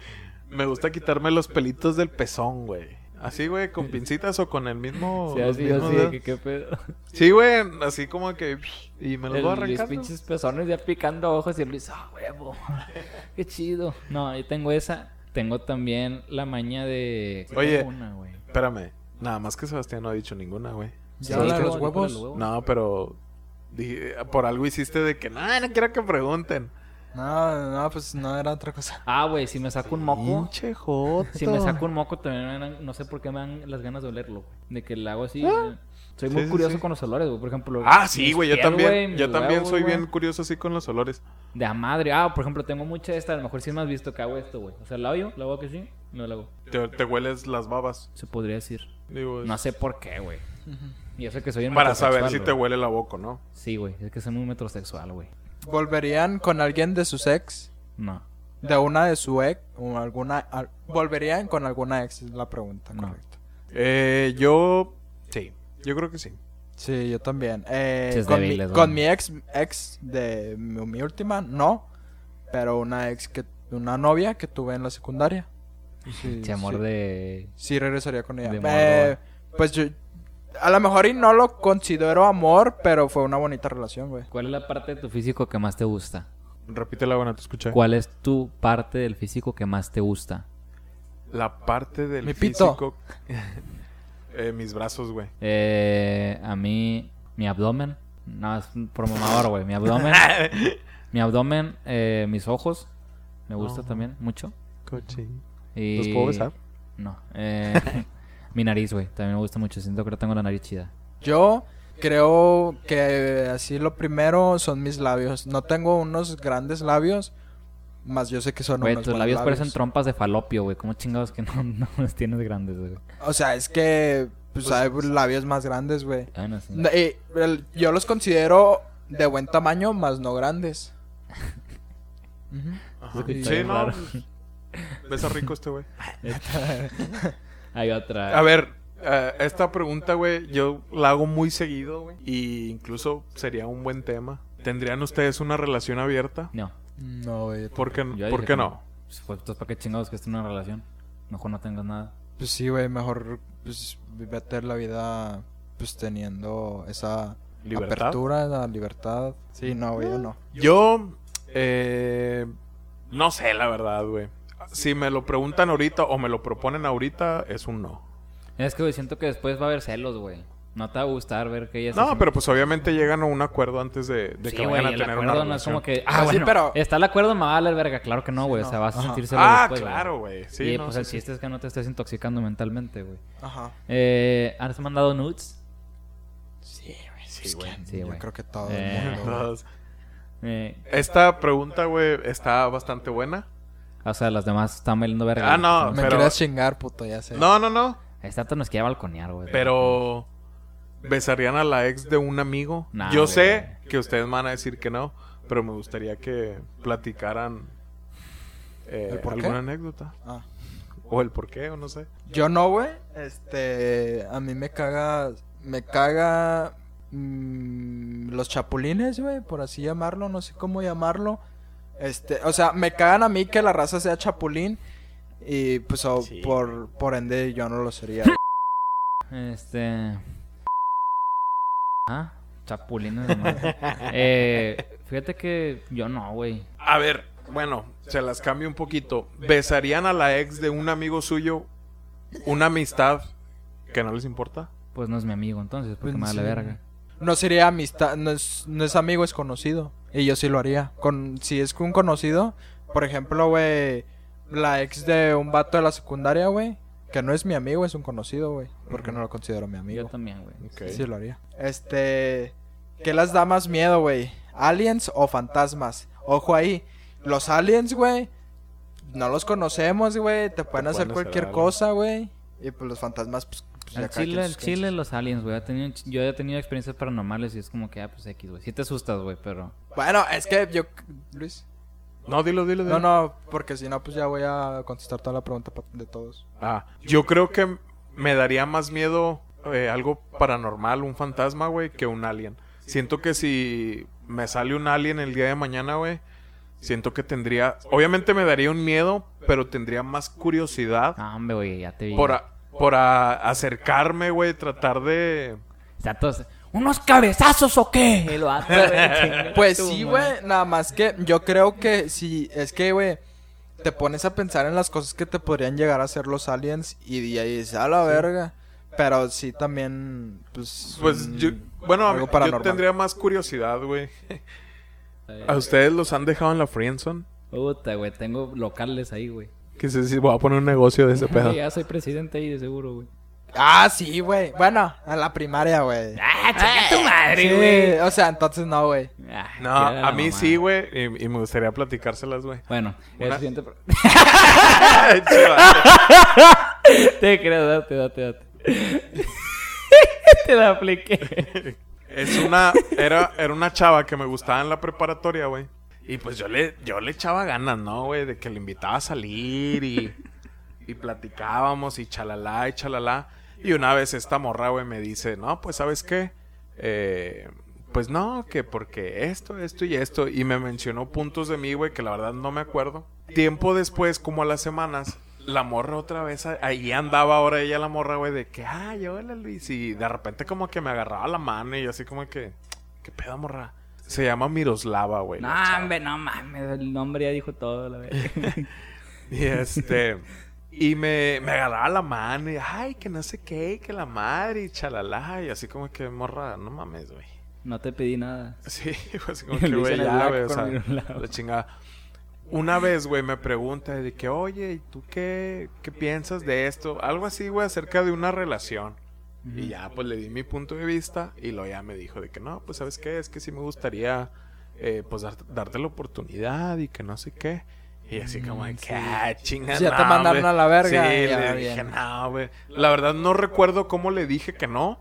S2: Me gusta quitarme los pelitos del pezón, güey. Así, güey, con pincitas o con el mismo.
S3: Sí,
S2: Oh, los
S3: así,
S2: mismos
S3: así, de
S2: dedos.
S3: que qué pedo.
S2: Sí, güey, así como que. Y me los voy
S3: El- Mis
S2: arrancando.
S3: pinches pezones ya picando ojos y el Luis, ah, huevo. <laughs> Qué chido. No, yo tengo esa. Tengo también la maña de. sí
S2: Oye.
S3: tengo una, güey.
S2: Espérame. Nada más que Sebastián no ha dicho ninguna, güey.
S1: ¿Ya habla de
S3: tengo-
S1: los
S3: tengo
S1: huevos?
S2: No, pero. dije- por algo hiciste de que. No, no quiero que pregunten.
S1: No, no, pues no era otra cosa.
S3: Ah, güey, si me saco un moco.
S2: Pinche joto.
S3: Si me saco un moco, también me dan- no sé por qué me dan las ganas de olerlo, güey. De que le hago así. eh. Soy muy
S2: Sí, sí,
S3: curioso
S2: sí.
S3: con los olores, güey. Por ejemplo.
S2: Ah, sí,
S3: pues, mis
S2: güey, yo
S3: pies,
S2: también.
S3: güey,
S2: yo
S3: mis
S2: también
S3: huevos,
S2: soy
S3: güey.
S2: bien curioso así con los olores.
S3: De a madre. Ah, por ejemplo, tengo mucha de esta. A lo mejor sí me has visto que hago esto, güey. O sea, la oyo, la hago que sí, no la hago.
S2: Te, te hueles las babas.
S3: Se podría decir.
S2: Digo,
S3: No
S2: es-
S3: sé por qué, güey. Y eso que soy un
S2: Pues para saber si te huele la boca, ¿no?
S3: Sí, güey. Es que soy muy metrosexual, güey.
S1: ¿Volverían con alguien de sus ex?
S3: No.
S1: ¿De una de su ex? ¿O alguna... al- ¿Volverían con alguna ex? Es la pregunta,
S3: No.
S1: correcto.
S2: Eh, yo. Sí. Yo creo que sí.
S1: Sí, yo también. Eh,
S3: Ches
S1: con,
S3: débiles,
S1: mi,
S3: güey.
S1: con mi ex, ex de mi, mi última, no. Pero una ex que... Una novia que tuve en la secundaria.
S3: <laughs>
S1: Sí,
S3: Che, amor
S1: sí.
S3: de.
S1: Sí, regresaría con ella.
S3: De
S1: Eh, pues yo... A lo mejor y no lo considero amor, pero fue una bonita relación, güey.
S3: ¿Cuál es la parte de tu físico que más te gusta?
S2: Repítela, bueno, te escuché.
S3: ¿Cuál es tu parte del físico que más te gusta?
S2: La parte del
S1: Mi pito.
S2: físico. <laughs> Eh, mis brazos, güey.
S3: Eh, a mí, mi abdomen. No, es un por mamador, güey.
S2: <laughs>
S3: Mi abdomen. mi abdomen, eh, mis ojos. Me gusta
S2: Ojo.
S3: también mucho.
S2: Cochín.
S3: Y...
S2: ¿Los ah? puedo besar?
S3: No. Eh,
S2: <laughs>
S3: mi nariz, güey. También me gusta mucho. Siento que ahora tengo la nariz chida.
S1: Yo creo que así lo primero son mis labios. No tengo unos grandes labios, más yo sé que son
S3: Güey,
S1: unos
S3: tus
S1: buenos
S3: labios,
S1: labios.
S3: parecen trompas de falopio, güey. ¿Cómo chingados que no, <laughs> no los tienes grandes, güey?
S1: O sea, es que pues, hay labios más grandes, güey.
S3: Ah, no, sí.
S1: No, y el- yo los considero de buen tamaño, más no grandes. Ujú.
S2: Ajá.
S3: Sí,
S2: Sí, no.
S3: raro.
S2: pues, Besa rico este,
S3: <laughs>
S2: güey.
S3: Hay otra.
S2: A ver, eh, esta pregunta, güey, yo la hago muy seguido, güey. Y incluso sería un buen tema. ¿Tendrían ustedes una relación abierta?
S3: No.
S1: No, güey.
S2: ¿Por qué,
S3: yo
S2: por
S3: dije
S2: qué
S3: que
S2: no?
S3: Pues, pues, entonces, ¿para qué chingados que esté en una relación? Mejor no tengas nada.
S1: Pues sí, güey, mejor pues, meter la vida pues teniendo esa
S2: ¿Libertad?
S1: apertura, la libertad. Sí, no, güey, yo no.
S2: Yo, eh, no sé, la verdad, güey. Si me lo preguntan ahorita o me lo proponen ahorita, es un no.
S3: Es que, güey, siento que después va a haber celos, güey. No te va a gustar ver que ella se-
S2: No, pero pues obviamente llegan a un acuerdo antes de, de
S3: Sí,
S2: que
S3: güey,
S2: vayan a
S3: el
S2: tener
S3: acuerdo
S2: una
S3: no es
S2: relación.
S3: como que...
S1: Ah, sí, pero-
S3: Está el acuerdo, me va a la verga. Claro que no, güey. O sea, vas a
S1: Ajá.
S3: sentir celos
S2: Ah,
S3: después, güey.
S2: claro, güey. Sí,
S3: y
S2: no,
S3: pues
S2: sí,
S3: el
S2: sí.
S3: chiste es que no te estés intoxicando mentalmente, güey.
S1: Ajá.
S3: Eh, ¿Has mandado nudes?
S1: Sí, güey.
S2: Sí, güey.
S3: Sí,
S1: yo
S3: güey.
S1: creo que todo
S3: Eh,
S1: el
S2: <laughs>
S1: mundo. güey.
S2: Entonces,
S3: Eh,
S2: Esta pregunta, güey, está bastante buena.
S3: o sea, las demás están bailando verga.
S2: Ah, no,
S1: Me
S2: pero...
S1: querías chingar, puto, ya sé.
S2: No, no, no.
S3: Esta nos quiere balconear, güey.
S2: Pero ¿Besarían a la ex de un amigo?
S3: Nah,
S2: Yo
S3: güey.
S2: sé que ustedes me van a decir que no, pero me gustaría que platicaran eh,
S1: ¿El por qué?
S2: alguna anécdota.
S1: Ah.
S2: O el por qué, o no sé.
S1: Yo no, güey. Este, a mí me caga, me caga mm, los chapulines, güey, por así llamarlo, no sé cómo llamarlo. Este, o sea, me cagan a mí que la raza sea chapulín y pues o-
S2: Sí,
S1: por, por ende yo no lo sería.
S2: <laughs>
S1: güey.
S3: Este. Ah, chapulines
S2: <laughs>
S3: nomás. eh, fíjate que yo no, güey.
S2: A ver, bueno, se las cambio un poquito. ¿Besarían a la ex de un amigo suyo una amistad que no les importa?
S3: Pues no es mi amigo entonces, porque me da la
S1: Sí.
S3: verga.
S1: No sería amistad, no es, no es amigo, es conocido. Y yo sí lo haría. Con, si es un conocido, por ejemplo, güey, la ex de un vato de la secundaria, güey, que no es mi amigo, es un conocido, güey, porque no lo considero mi amigo.
S3: Yo también, güey.
S2: Ok.
S1: Sí, lo haría. Este. ¿Qué las da más miedo, güey? ¿Aliens o fantasmas? Ojo ahí. Los aliens, güey. No los conocemos, güey. Te pueden
S2: pueden
S1: hacer
S2: hacer
S1: cualquier
S2: algo.
S1: cosa, güey. Y pues los fantasmas, pues. pues, ya
S3: Al
S1: cada quien
S3: chile, al
S1: sus
S3: chile,
S1: creencias.
S3: los aliens, güey. Ha tenido- Yo he tenido experiencias paranormales y es como que, ah, pues X, güey. Sí te asustas, güey, pero.
S1: Bueno, es que yo. Luis.
S2: No, dilo, dilo,
S1: No,
S2: dilo.
S1: no, porque si no, pues ya voy a contestar toda la pregunta pa- de todos.
S2: Ah, yo creo que me daría más miedo eh, algo paranormal, un fantasma, güey, que un alien. Siento que si me sale un alien el día de mañana, güey, siento que tendría... Obviamente me daría un miedo, pero tendría más curiosidad
S3: Ah, hombre, güey, ya te vi.
S2: por, a- por a- acercarme, güey, tratar de...
S3: Está todos, ¿Unos cabezazos o <laughs> qué? Y lo hace, güey.
S1: Pues
S3: Chinga
S1: sí,
S3: tu
S1: güey, nada más que yo creo que si es que, güey, te pones a pensar en las cosas que te podrían llegar a hacer los aliens y de ahí dices, a la verga. Pero sí también, pues...
S2: Pues
S1: un-
S2: yo... Bueno, a mí-
S1: algo
S2: yo
S1: paranormal.
S2: tendría más curiosidad, güey. ¿A
S3: madre.
S2: ustedes los han dejado en la friendzone?
S3: Puta, güey. Tengo locales ahí, güey.
S2: Que se si voy a poner un negocio de ese pedo.
S3: Ya soy presidente ahí de seguro, güey.
S1: Ah, sí, güey. Bueno, en la primaria, güey.
S3: <laughs> ¡Ah, chinga tu
S1: Sí,
S3: madre, güey!
S1: o sea, entonces no,
S2: <laughs>
S1: güey.
S3: Ah,
S2: No,
S3: qué la
S2: a mí
S3: mamada.
S2: sí, güey, y- y me gustaría platicárselas,
S3: <laughs>
S2: güey.
S3: Bueno, el
S2: Una-
S3: siguiente... pro- <laughs> Ah,
S2: <laughs> Chiva.
S3: Te creo, date, date, <laughs> date. Te la apliqué.
S2: es una era era una chava que me gustaba en la preparatoria, güey. Y pues yo le yo le echaba ganas, ¿no, güey? De que le invitaba a salir y y platicábamos y chalalá y chalalá. Y una vez esta morra, güey, me dice, "No, pues ¿sabes qué? Eh, pues no, que porque esto, esto y esto y me mencionó puntos de mí, güey, que la verdad no me acuerdo. Tiempo después, como a las semanas, la morra otra vez a- ahí andaba ahora ella la morra, güey, de que, "Ay, hola, Luis." Y de repente como que me agarraba la mano y yo así como que, "¿Qué pedo, morra?" Se llama Miroslava, güey. la
S3: No,
S2: chava.
S3: hombre, no mames. El nombre ya dijo todo, la verdad.
S2: <laughs> Y este. Y me, me agarraba la mano y, ay, que no sé qué, que la madre y chalala. Y así como que morra, no mames, güey.
S3: No te pedí nada.
S2: <laughs> Sí,
S1: <laughs>
S2: así como
S3: Lo
S2: que,
S3: hice
S2: güey,
S3: en el
S2: ya,
S3: black
S2: güey, o
S3: con
S2: sea,
S3: mi lado.
S2: la chingada. Una vez, güey, me pregunta de que, oye, ¿y tú qué, qué piensas de esto? Algo así, güey, acerca de una relación. Y ya, pues le di mi punto de vista y lo ya me dijo de que no, pues sabes qué, es que sí me gustaría, eh, pues dar- darte la oportunidad y que no sé qué. Y así como de que, ah, chingada.
S1: Mm, Pues, Ya te mandaron a la verga.
S2: Sí,
S1: Ya,
S2: le
S1: bien.
S2: dije, no, güey. La verdad no recuerdo cómo le dije que no,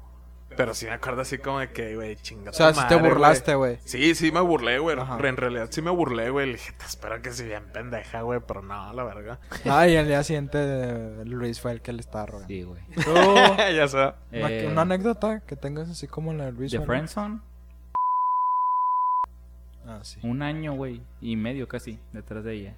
S2: pero sí me acuerdo así como de que, güey, chingada.
S1: O sea, si te burlaste, güey.
S2: Sí, sí me burlé, güey.
S1: Ajá.
S2: En realidad sí me burlé, güey. Le dije, te espero que se bien pendeja, güey. Pero no, la verga. <laughs>
S1: Ay, el día siguiente eh, Luis fue el que le estaba rogando.
S3: Sí, güey.
S1: Tú,
S2: ya sé.
S1: una,
S3: Eh,
S1: una anécdota que tengas así como la de Luis.
S3: The
S1: ¿no?
S3: Friendzone,
S1: Ah, sí.
S3: un año, güey, y medio casi, detrás de ella.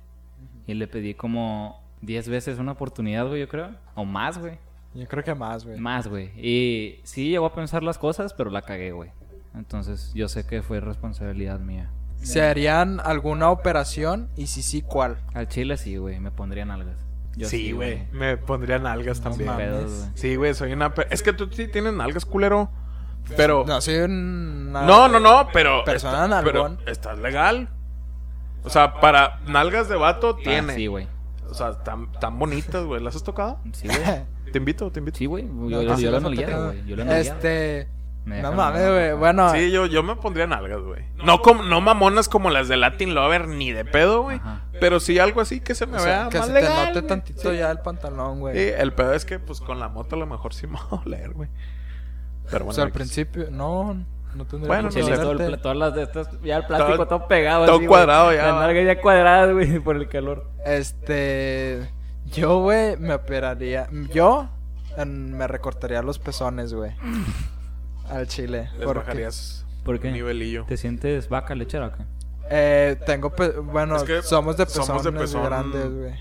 S3: Y le pedí como 10 veces una oportunidad, güey, yo creo. O más, güey.
S1: Yo creo que más, güey.
S3: Más, güey. Y sí llegó a pensar las cosas, pero la cagué, güey. Entonces, yo sé que fue responsabilidad mía.
S1: ¿Se harían alguna operación? Y si sí, ¿cuál?
S3: Al chile sí, güey, me pondrían algas. Yo
S2: Sí, güey. Me pondrían algas también.
S1: mames.
S3: Pedos, güey. Ah,
S2: Sí, güey, soy una. pe- Es que tú sí tienes algas, culero. Pero.
S1: No, soy un... <laughs>
S2: No, no, no, pero.
S1: Persona nalgón.
S2: pero estás legal. O sea, para nalgas de vato tiene.
S3: Ah, sí, güey.
S2: O sea, tan, tan bonitas, güey. ¿Las has tocado?
S3: Sí, güey.
S2: Te invito, te invito.
S3: Sí, güey. Yo,
S1: No,
S3: yo,
S1: sí,
S3: yo la
S1: no te
S3: nalgueaba,
S1: creo.
S3: güey. Yo la nalgueaba.
S1: Este...
S3: Me
S1: No
S3: dejaron
S1: mames,
S3: una
S1: güey.
S3: ropa.
S1: Bueno,
S2: Sí, yo, yo me pondría nalgas, güey. No, com- no mamonas como las de Latin Lover ni de pedo, güey.
S3: Ajá.
S2: Pero sí algo así que se me
S1: o sea,
S2: vea
S1: que
S2: más
S1: se
S2: legal,
S1: te note
S2: güey.
S1: tantito ya el pantalón, güey.
S2: Sí, el pedo es que pues con la moto a lo mejor sí me va a oler, güey. Pero bueno,
S1: o sea, al
S2: X.
S1: principio, no, no tendría
S2: Bueno,
S1: por qué
S2: no sé.
S3: Chile, todo el
S1: hacerte.
S3: pla- todas las de estas, ya el plástico todo,
S2: Todo-
S3: pegado.
S2: todo
S3: así, güey.
S2: cuadrado ya.
S3: Las nalgas ya cuadradas, güey, por el calor.
S1: Este. Yo, güey, me operaría. Yo en- me recortaría los pezones,
S3: <laughs>
S1: güey. Al chile.
S2: Les
S1: porque,
S2: bajarías
S3: ¿Por qué?
S2: un nivelillo.
S3: ¿Te sientes vaca lechera o qué?
S1: eh, tengo. pe- Bueno,
S2: Es que
S1: somos de pezones
S2: somos de pezón-
S1: grandes, güey.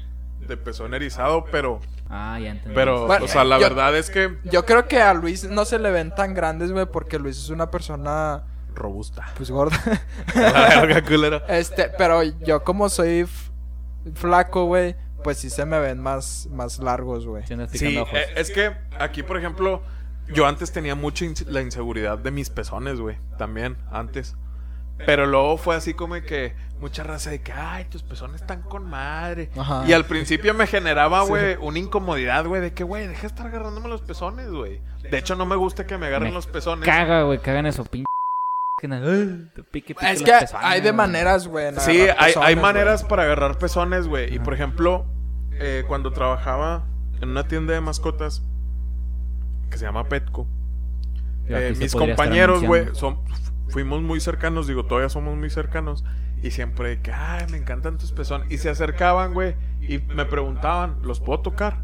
S2: De pezón erizado, pero...
S3: Ah, ya entendí.
S2: Pero,
S1: Bueno,
S2: o sea, la
S1: yo-
S2: verdad es que...
S1: Yo creo que a Luis no se le ven tan grandes, güey, porque Luis es una persona,
S2: Robusta.
S1: pues gorda. <laughs>
S2: <laughs> La verga, culero.
S1: este, pero yo como soy f- flaco, güey, pues sí se me ven más, más largos, güey.
S3: Sí, andas
S2: Sí,
S3: picando ojos.
S2: eh, es que aquí, por ejemplo, yo antes tenía mucha inse- la inseguridad de mis pezones, güey. También, antes. Pero luego fue así como que mucha raza de que, ay, tus pezones están con madre.
S1: Ajá.
S2: Y al principio me generaba, güey, una incomodidad, güey, de que, güey, deja de estar agarrándome los pezones, güey. De hecho, no me gusta que me agarren
S3: Me
S2: los pezones.
S3: Caga, güey, cagan eso, pinche. Que na- ¡Ugh! Te pique, pique
S1: Es
S3: los
S1: que
S3: pezones,
S1: hay de
S3: güey.
S1: maneras, güey. en agarrar
S2: Sí, hay, hay
S1: pezones, güey.
S2: maneras para agarrar pezones, güey. Y por ejemplo, eh, cuando trabajaba en una tienda de mascotas que se llama Petco,
S3: Yo aquí
S2: eh,
S3: sí
S2: mis
S3: podría estar
S2: compañeros, güey,
S3: anunciando.
S2: son- fuimos muy cercanos, digo, todavía somos muy cercanos. Y siempre de que, ay, me encantan tus pezones. Y se acercaban, güey, y me preguntaban, ¿los puedo tocar?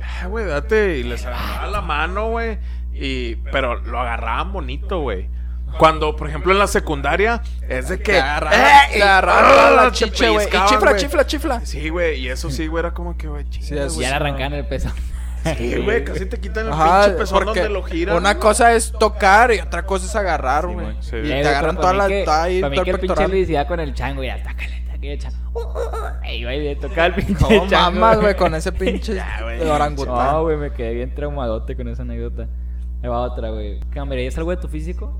S2: Ay, güey, date. Y les agarraba la mano, güey. Y, pero lo agarraban bonito, güey. Cuando, por ejemplo, en la secundaria, es de que.
S1: Te agarraban-
S2: ¡Eh!
S1: te agarraban la
S2: Te
S1: chiche, güey. Y
S2: pellizcaban,
S1: chifla,
S2: güey.
S1: chifla, chifla.
S2: Sí, güey, y eso sí, güey, era como que, güey,
S1: Sí,
S2: chinga,
S1: es-
S2: güey.
S3: Ya le arrancaban el peso. <laughs>
S2: Sí, güey, casi te quitan el
S1: Ajá,
S2: pinche pezón
S1: porque
S2: donde lo giran.
S1: Una cosa es tocar y otra cosa es agarrar,
S3: Sí,
S1: güey.
S3: güey.
S2: Sí.
S1: Y
S2: Eh,
S1: te agarran toda la. está ahí
S3: Para mí
S1: todo
S3: que el pinche
S1: pectoral.
S3: Luis iba con el chango y hasta que le Y yo ahí tocaba el pinche
S1: No
S3: <laughs> chango.
S1: mamas, güey,
S3: güey.
S1: con
S3: <laughs>
S1: ese pinche orangután.
S3: No, güey, me quedé bien traumadote con esa anécdota. Ahí va otra, güey. ¿Cambiarías algo de tu físico?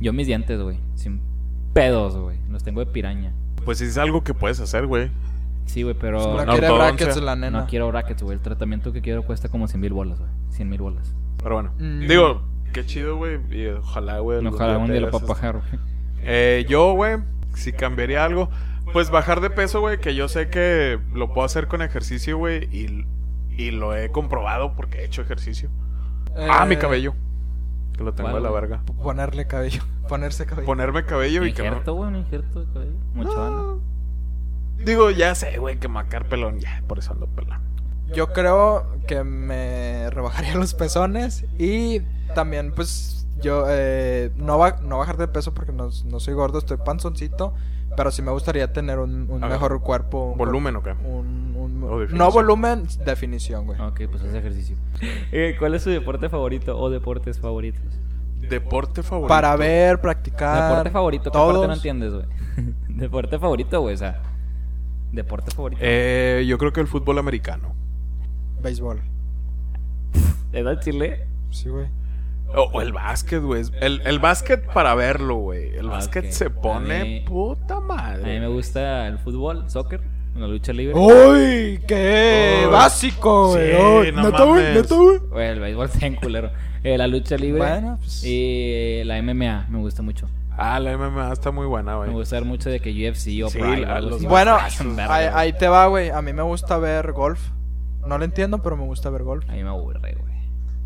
S3: Yo mis dientes, güey. Sin pedos, güey. Los tengo de piraña.
S2: Pues es algo que puedes hacer, güey.
S3: Sí, güey, pero...
S1: La
S2: No,
S1: Pues quiere
S2: ortodoncia.
S1: brackets la nena.
S3: No quiero brackets, güey. El tratamiento que quiero cuesta como 100 mil bolas, güey. 100 mil bolas.
S2: Pero bueno,
S1: Mm.
S2: digo, qué chido, güey, y ojalá, güey. los
S3: Ojalá un día lo
S2: diabetes-
S3: pueda pagar, güey.
S2: Eh, yo, güey, si cambiaría algo, pues bajar de peso, güey, que yo sé que lo puedo hacer con ejercicio, güey, y, y lo he comprobado porque he hecho ejercicio. Ah,
S1: Eh,
S2: mi cabello. Que lo tengo
S3: ¿cuál,
S2: a la
S3: güey?
S2: verga.
S1: Ponerle cabello. <laughs> Ponerse cabello.
S2: Ponerme cabello y que no-
S3: Injerto, güey. Un injerto de cabello. Mucho
S2: No. Digo, ya sé, güey, que macar pelón, ya, por eso ando pelón.
S1: Yo creo que me rebajaría los pezones y también pues yo eh, no, ba- no bajar de peso porque no, no soy gordo, estoy panzoncito, pero sí me gustaría tener un, un
S2: A ver,
S1: mejor cuerpo. un
S2: ¿Volumen o qué?
S1: cuerpo- un- un-
S2: O
S1: no
S2: definición. Ah,
S1: volumen, definición, güey.
S3: Ok, pues haz ejercicio. Eh, ¿Cuál es su deporte favorito o deportes favoritos?
S2: Deporte favorito.
S1: Para ver, practicar.
S3: Deporte favorito, ¿qué
S1: todos.
S3: parte no entiendes, güey? <laughs> deporte favorito, güey, o sea. Deporte favorito.
S2: Eh, yo creo que el fútbol americano.
S1: Béisbol.
S3: ¿Es al Chile?
S1: Sí, güey.
S2: O, o el básquet, güey. El, el básquet para verlo, güey. El
S3: Ah,
S2: básquet
S3: ok.
S2: se
S3: A
S2: pone
S3: mí-
S2: puta
S3: A mí
S2: madre.
S3: me gusta el fútbol, soccer, la lucha libre.
S1: Oh. ¡Uy! ¡Qué
S2: Uy.
S1: básico, güey!
S2: Sí,
S1: Uy,
S2: no
S1: ¿neta, güey?
S2: mames.
S1: ¿Neta, güey?
S3: Güey, el béisbol está en culero. Eh, la lucha libre.
S1: Bueno, pues.
S3: Y eh, la MMA, me gusta mucho.
S2: Ah, la MMA está muy buena,
S3: Me
S2: güey.
S3: gusta mucho de que UFC o
S2: Sí,
S3: Pride o
S2: la-
S3: algo
S2: los
S3: así. <laughs>
S1: Bueno,
S3: Ah, son verga,
S1: ahí,
S3: güey.
S1: ahí te va, güey. A mí me gusta ver golf. No lo entiendo, pero me gusta ver golf.
S3: A mí me aburre, güey.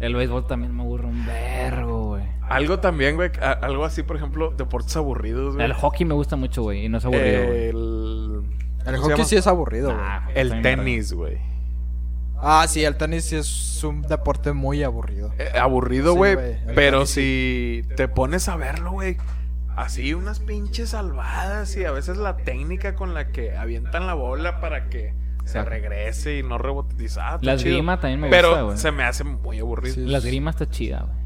S3: El béisbol también me aburre un vergo, güey.
S2: Algo también, güey. a- Algo así, por ejemplo, deportes aburridos, güey.
S3: El hockey me gusta mucho, güey, y no es aburrido, güey.
S2: El,
S1: Eh, El
S2: ¿cómo se
S1: hockey
S2: llama?
S1: sí es aburrido, güey.
S3: Nah, güey, está
S2: El
S3: bien
S2: tenis, güey.
S1: Ah, sí, el tenis sí es un deporte muy aburrido.
S2: Eh, aburrido,
S1: Sí,
S2: güey.
S1: güey. El
S2: pero
S1: tenis,
S2: si te pones a verlo, güey. Así unas pinches salvadas y a veces la técnica con la que avientan la bola para que se
S3: Exacto.
S2: regrese y no rebote. Dices, ah, está
S3: La
S2: chido.
S3: esgrima también me
S2: Pero
S3: gusta, güey.
S2: se me hace muy aburrido.
S1: Sí.
S3: verga. La esgrima está chida, güey.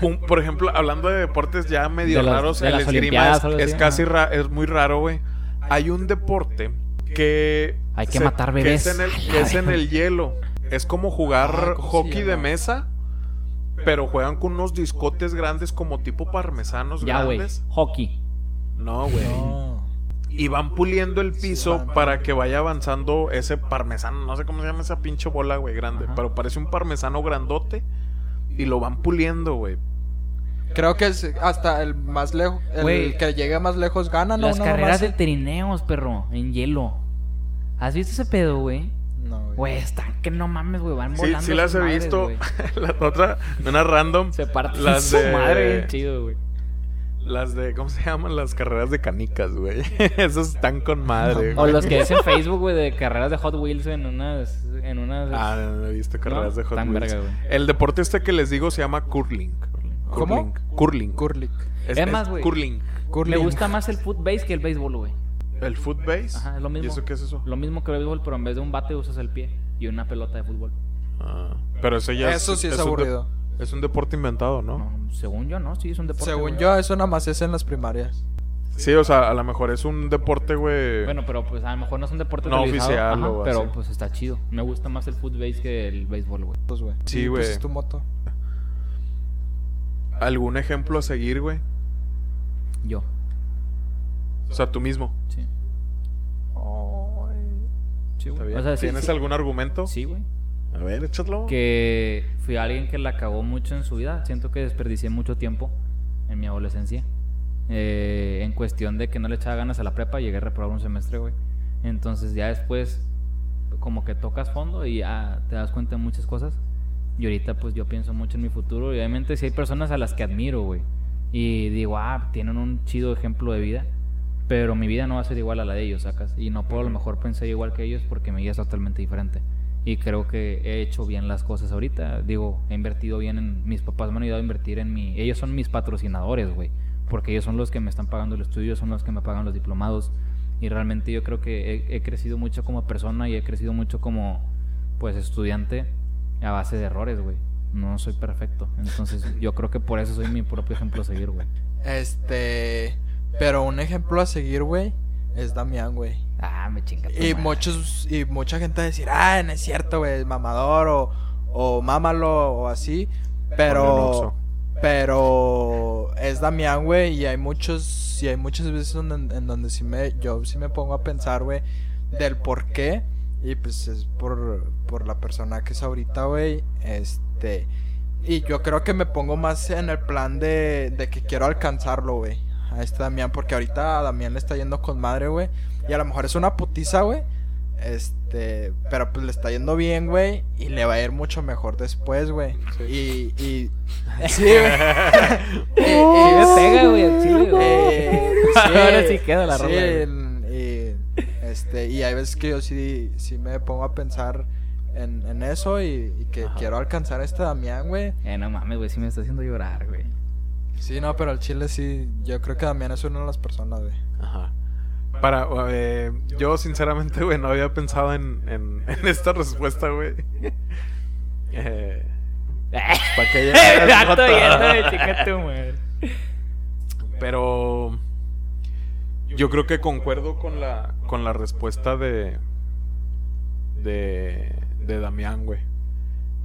S2: Un- por ejemplo, hablando de deportes ya medio
S3: De las-
S2: raros,
S3: de
S2: el
S3: las
S2: esgrima
S3: Olimpiadas,
S2: es,
S3: algo
S2: es
S3: así,
S2: casi
S3: ajá.
S2: ra- es muy raro, güey. Hay un deporte que
S3: Hay que
S2: se-
S3: matar
S2: que
S3: bebés.
S2: es en el,
S3: Ay, la
S2: que es en
S3: verga.
S2: el hielo. Es como jugar
S1: Ah, ¿cómo se
S2: hockey de
S1: llama?
S2: mesa, pero juegan con unos discotes grandes como tipo parmesanos
S3: Ya, güey.
S1: Pues
S2: grandes.
S3: Hockey.
S2: No, güey. Y van puliendo el piso
S1: van-
S2: para que vaya avanzando ese parmesano. No sé cómo se llama esa pinche bola, güey, grande.
S3: Ajá.
S2: Pero parece un parmesano grandote. Y lo van puliendo, güey.
S1: Creo que es hasta el más lejos, el
S3: Güey.
S1: que llegue más lejos gana, ¿no?
S3: Las
S1: Una
S3: carreras
S1: mamá
S3: de
S1: así.
S3: trineos, perro, en hielo. ¿Has visto ese pedo, güey?
S1: No, güey.
S3: Güey, están que no mames, güey, van
S2: Sí,
S3: volando.
S2: sí las
S3: sus
S2: he
S3: madres,
S2: visto.
S3: güey.
S2: <laughs> la otra, una random.
S3: Se parte
S2: Las
S3: su
S2: de-
S3: madre bien chido, güey.
S2: Las de, ¿cómo se llaman? Las carreras de canicas, güey. <laughs> Esos están con madre,
S3: O
S2: güey.
S3: los <laughs> que dicen Facebook, güey, de carreras de Hot Wheels en unas... En unas
S2: Ah, no, no he visto carreras
S3: No,
S2: de Hot
S3: tan
S2: Wheels.
S3: verga, güey.
S2: El deporte este que les digo se llama curling.
S1: ¿Cómo?
S2: Curling. Curling.
S1: Curlic.
S3: Es más, güey.
S2: Curling.
S3: Me
S1: <laughs>
S3: gusta más el footbase que el béisbol, güey.
S2: ¿El footbase?
S3: Ajá, es lo mismo.
S2: ¿Y eso qué es eso?
S3: Lo mismo que el béisbol, pero en vez de un bate usas el pie y una pelota de fútbol.
S2: Ah, pero eso ya
S1: Eso sí es
S2: un de-
S1: aburrido.
S2: es un deporte inventado, ¿no?
S3: No, según yo, no, sí, es un deporte.
S1: Según
S3: güey.
S1: yo, eso nada más es en las primarias.
S2: Sí, o sea, a lo mejor es un deporte, güey.
S3: Bueno, pero pues a lo mejor no es un deporte
S2: No
S3: televisado,
S2: oficial
S3: ajá,
S2: o
S3: pero
S2: así.
S3: pues está chido. Me gusta más el footbase que el béisbol, güey.
S1: Pues, güey.
S2: Sí,
S1: Y, pues,
S2: güey.
S1: es tu moto.
S2: ¿Algún ejemplo a seguir, güey?
S3: Yo,
S2: O sea, tú mismo.
S3: sí. Sí,
S2: ¿Está
S3: güey.
S2: bien?
S3: O sea, sí,
S2: ¿Tienes
S3: sí.
S2: algún argumento?
S3: Sí, güey.
S2: A ver, échatlo.
S3: Que fui alguien que la cagó mucho en su vida. Siento que desperdicié mucho tiempo en mi adolescencia. Eh, en cuestión de que no le echaba ganas a la prepa, llegué a reprobar un semestre, güey. Entonces ya después, como que tocas fondo y ya te das cuenta de muchas cosas. Y ahorita pues yo pienso mucho en mi futuro. Y obviamente si hay personas a las que admiro, güey. Y digo, ah, tienen un chido ejemplo de vida. Pero mi vida no va a ser igual a la de ellos, sacas. Y no puedo a lo mejor pensar igual que ellos porque mi vida es totalmente diferente. Y creo que he hecho bien las cosas ahorita. Digo, he invertido bien en... Mis papás me han ayudado a invertir en mi... Ellos son mis patrocinadores, güey. Porque ellos son los que me están pagando el estudio, son los que me pagan los diplomados. Y realmente yo creo que he, he crecido mucho como persona y he crecido mucho como, pues, estudiante a base de errores, güey. No soy perfecto. Entonces yo creo que por eso soy mi propio ejemplo a seguir, güey.
S1: Este. Pero un ejemplo a seguir, güey, es Damián, güey.
S3: Ah, me chinga. tu
S1: Y
S3: madre.
S1: muchos y mucha gente va a decir, ah, no es cierto, güey, es mamador o, o mámalo o así.
S2: Ponle un
S1: Pero,
S2: oxo.
S1: pero es Damián, güey, y hay muchos, y hay muchas veces donde- en, donde sí me, yo sí me pongo a pensar, güey, del por qué. Y pues es por, por la persona que es ahorita, güey. Este. Y yo creo que me pongo más en el plan de, de que quiero alcanzarlo, güey. A este Damián, porque ahorita a Damián le está yendo con madre, güey. Y a lo mejor es una putiza, güey. Este, pero pues le está yendo bien, güey. Y le va a ir mucho mejor después, güey. Y, y. Sí,
S3: <laughs>
S1: güey. Y- y-
S3: Sí
S1: <laughs>
S3: me pega, güey, al chile, güey.
S1: eh,
S3: <laughs> Ahora sí queda la
S1: sí,
S3: rola, güey.
S1: en- y, este, y hay veces que yo sí, sí me pongo a pensar en, en eso y, y que
S3: Ajá.
S1: quiero alcanzar a este Damián, güey.
S3: Eh, no mames, güey, sí me está haciendo llorar, güey. <laughs>
S1: Sí, no, pero al chile sí. Yo creo que Damián es una de las personas, güey.
S2: Ajá. Para, eh, yo sinceramente, güey, no había pensado en, en, <laughs> en esta respuesta, güey. <laughs> Eh, para
S3: <laughs>
S2: que haya-
S3: Gato lleno de chica tu madre.
S2: Pero yo creo que concuerdo con la, con la respuesta de, de, de Damián, güey.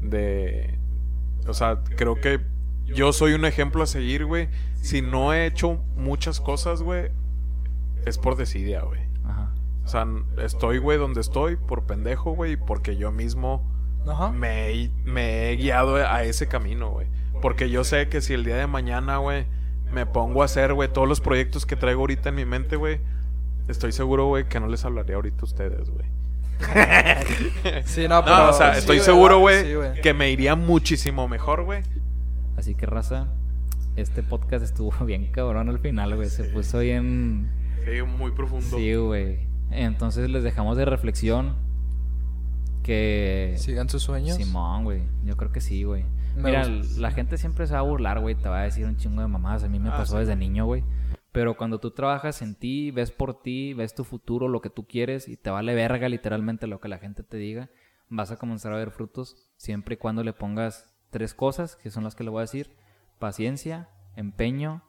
S2: De, o sea, creo que yo soy un ejemplo a seguir, güey. Si no he hecho muchas cosas, güey, es por desidia, güey.
S3: Ajá.
S2: O sea, estoy, güey, donde estoy por pendejo, güey, y porque yo mismo
S1: Ajá.
S2: me, he- me he guiado a ese camino, güey. Porque yo sé que si el día de mañana, güey, me pongo a hacer, güey, todos los proyectos que traigo ahorita en mi mente, güey, estoy seguro, güey, que no les hablaría ahorita a ustedes, güey.
S1: <laughs> Sí, no, pero.
S2: No, o sea,
S1: sí,
S2: estoy seguro,
S1: sí,
S2: güey, que me iría muchísimo mejor, güey.
S3: Así que, raza, este podcast estuvo <laughs> bien cabrón al final, güey. Se puso bien...
S2: Sí, muy profundo.
S3: Sí, güey. Entonces les dejamos de reflexión que...
S1: Sigan sus sueños.
S3: Simón, güey. Yo creo que sí, güey.
S1: Me
S3: Mira,
S1: gusta.
S3: la gente siempre se va a burlar, güey. Te va a decir un chingo de mamadas. A mí me
S2: Ah,
S3: pasó
S2: sí.
S3: desde niño, güey. Pero cuando tú trabajas en ti, ves por ti, ves tu futuro, lo que tú quieres y te vale verga literalmente lo que la gente te diga, vas a comenzar a ver frutos siempre y cuando le pongas tres cosas, que son las que le voy a decir. Paciencia, empeño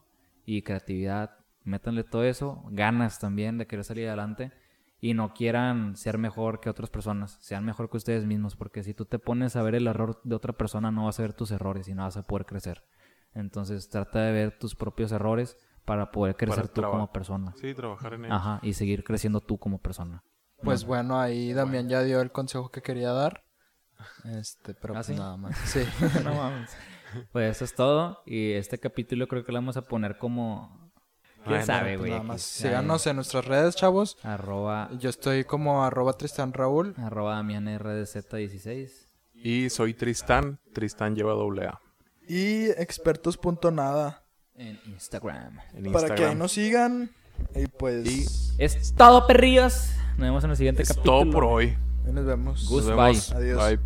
S3: y creatividad. Métanle todo eso, ganas también de querer salir adelante y no quieran ser mejor que otras personas, sean mejor que ustedes mismos, porque si tú te pones a ver el error de otra persona no vas a ver tus errores y no vas a poder crecer. Entonces trata de ver tus propios errores para poder crecer tú
S2: traba-
S3: como persona.
S2: Sí, trabajar en ello.
S3: Ajá, y seguir creciendo tú como persona.
S1: Pues bueno, ahí Damián ya dio el consejo que quería dar. Este, pero
S3: ¿Ah,
S1: pues
S3: sí?
S1: nada
S3: <laughs>
S1: más. Sí. <laughs>
S3: Pues, no mames. Pues eso es todo y este capítulo creo que lo vamos a poner como ¿Quién
S2: Bueno,
S3: sabe,
S1: Pues
S3: güey?
S1: nada
S3: X,
S1: más.
S3: nadie.
S1: Síganos en nuestras redes, chavos.
S3: Arroba,
S1: Yo estoy como arroba Tristan Raúl.
S3: arroba DamianRDZ16.
S2: Y soy Tristán. Tristán lleva doble A
S1: Y expertos.nada.
S3: En Instagram.
S2: en
S1: Para que ahí
S2: Instagram.
S1: nos sigan. Y pues.
S2: Y
S3: Es todo, perrillos. Nos vemos en el siguiente
S2: es
S3: capítulo.
S2: todo por hoy.
S1: ahí nos vemos.
S2: Nos
S3: Gus- Bye.
S2: vemos.
S1: Adiós.
S2: Bye.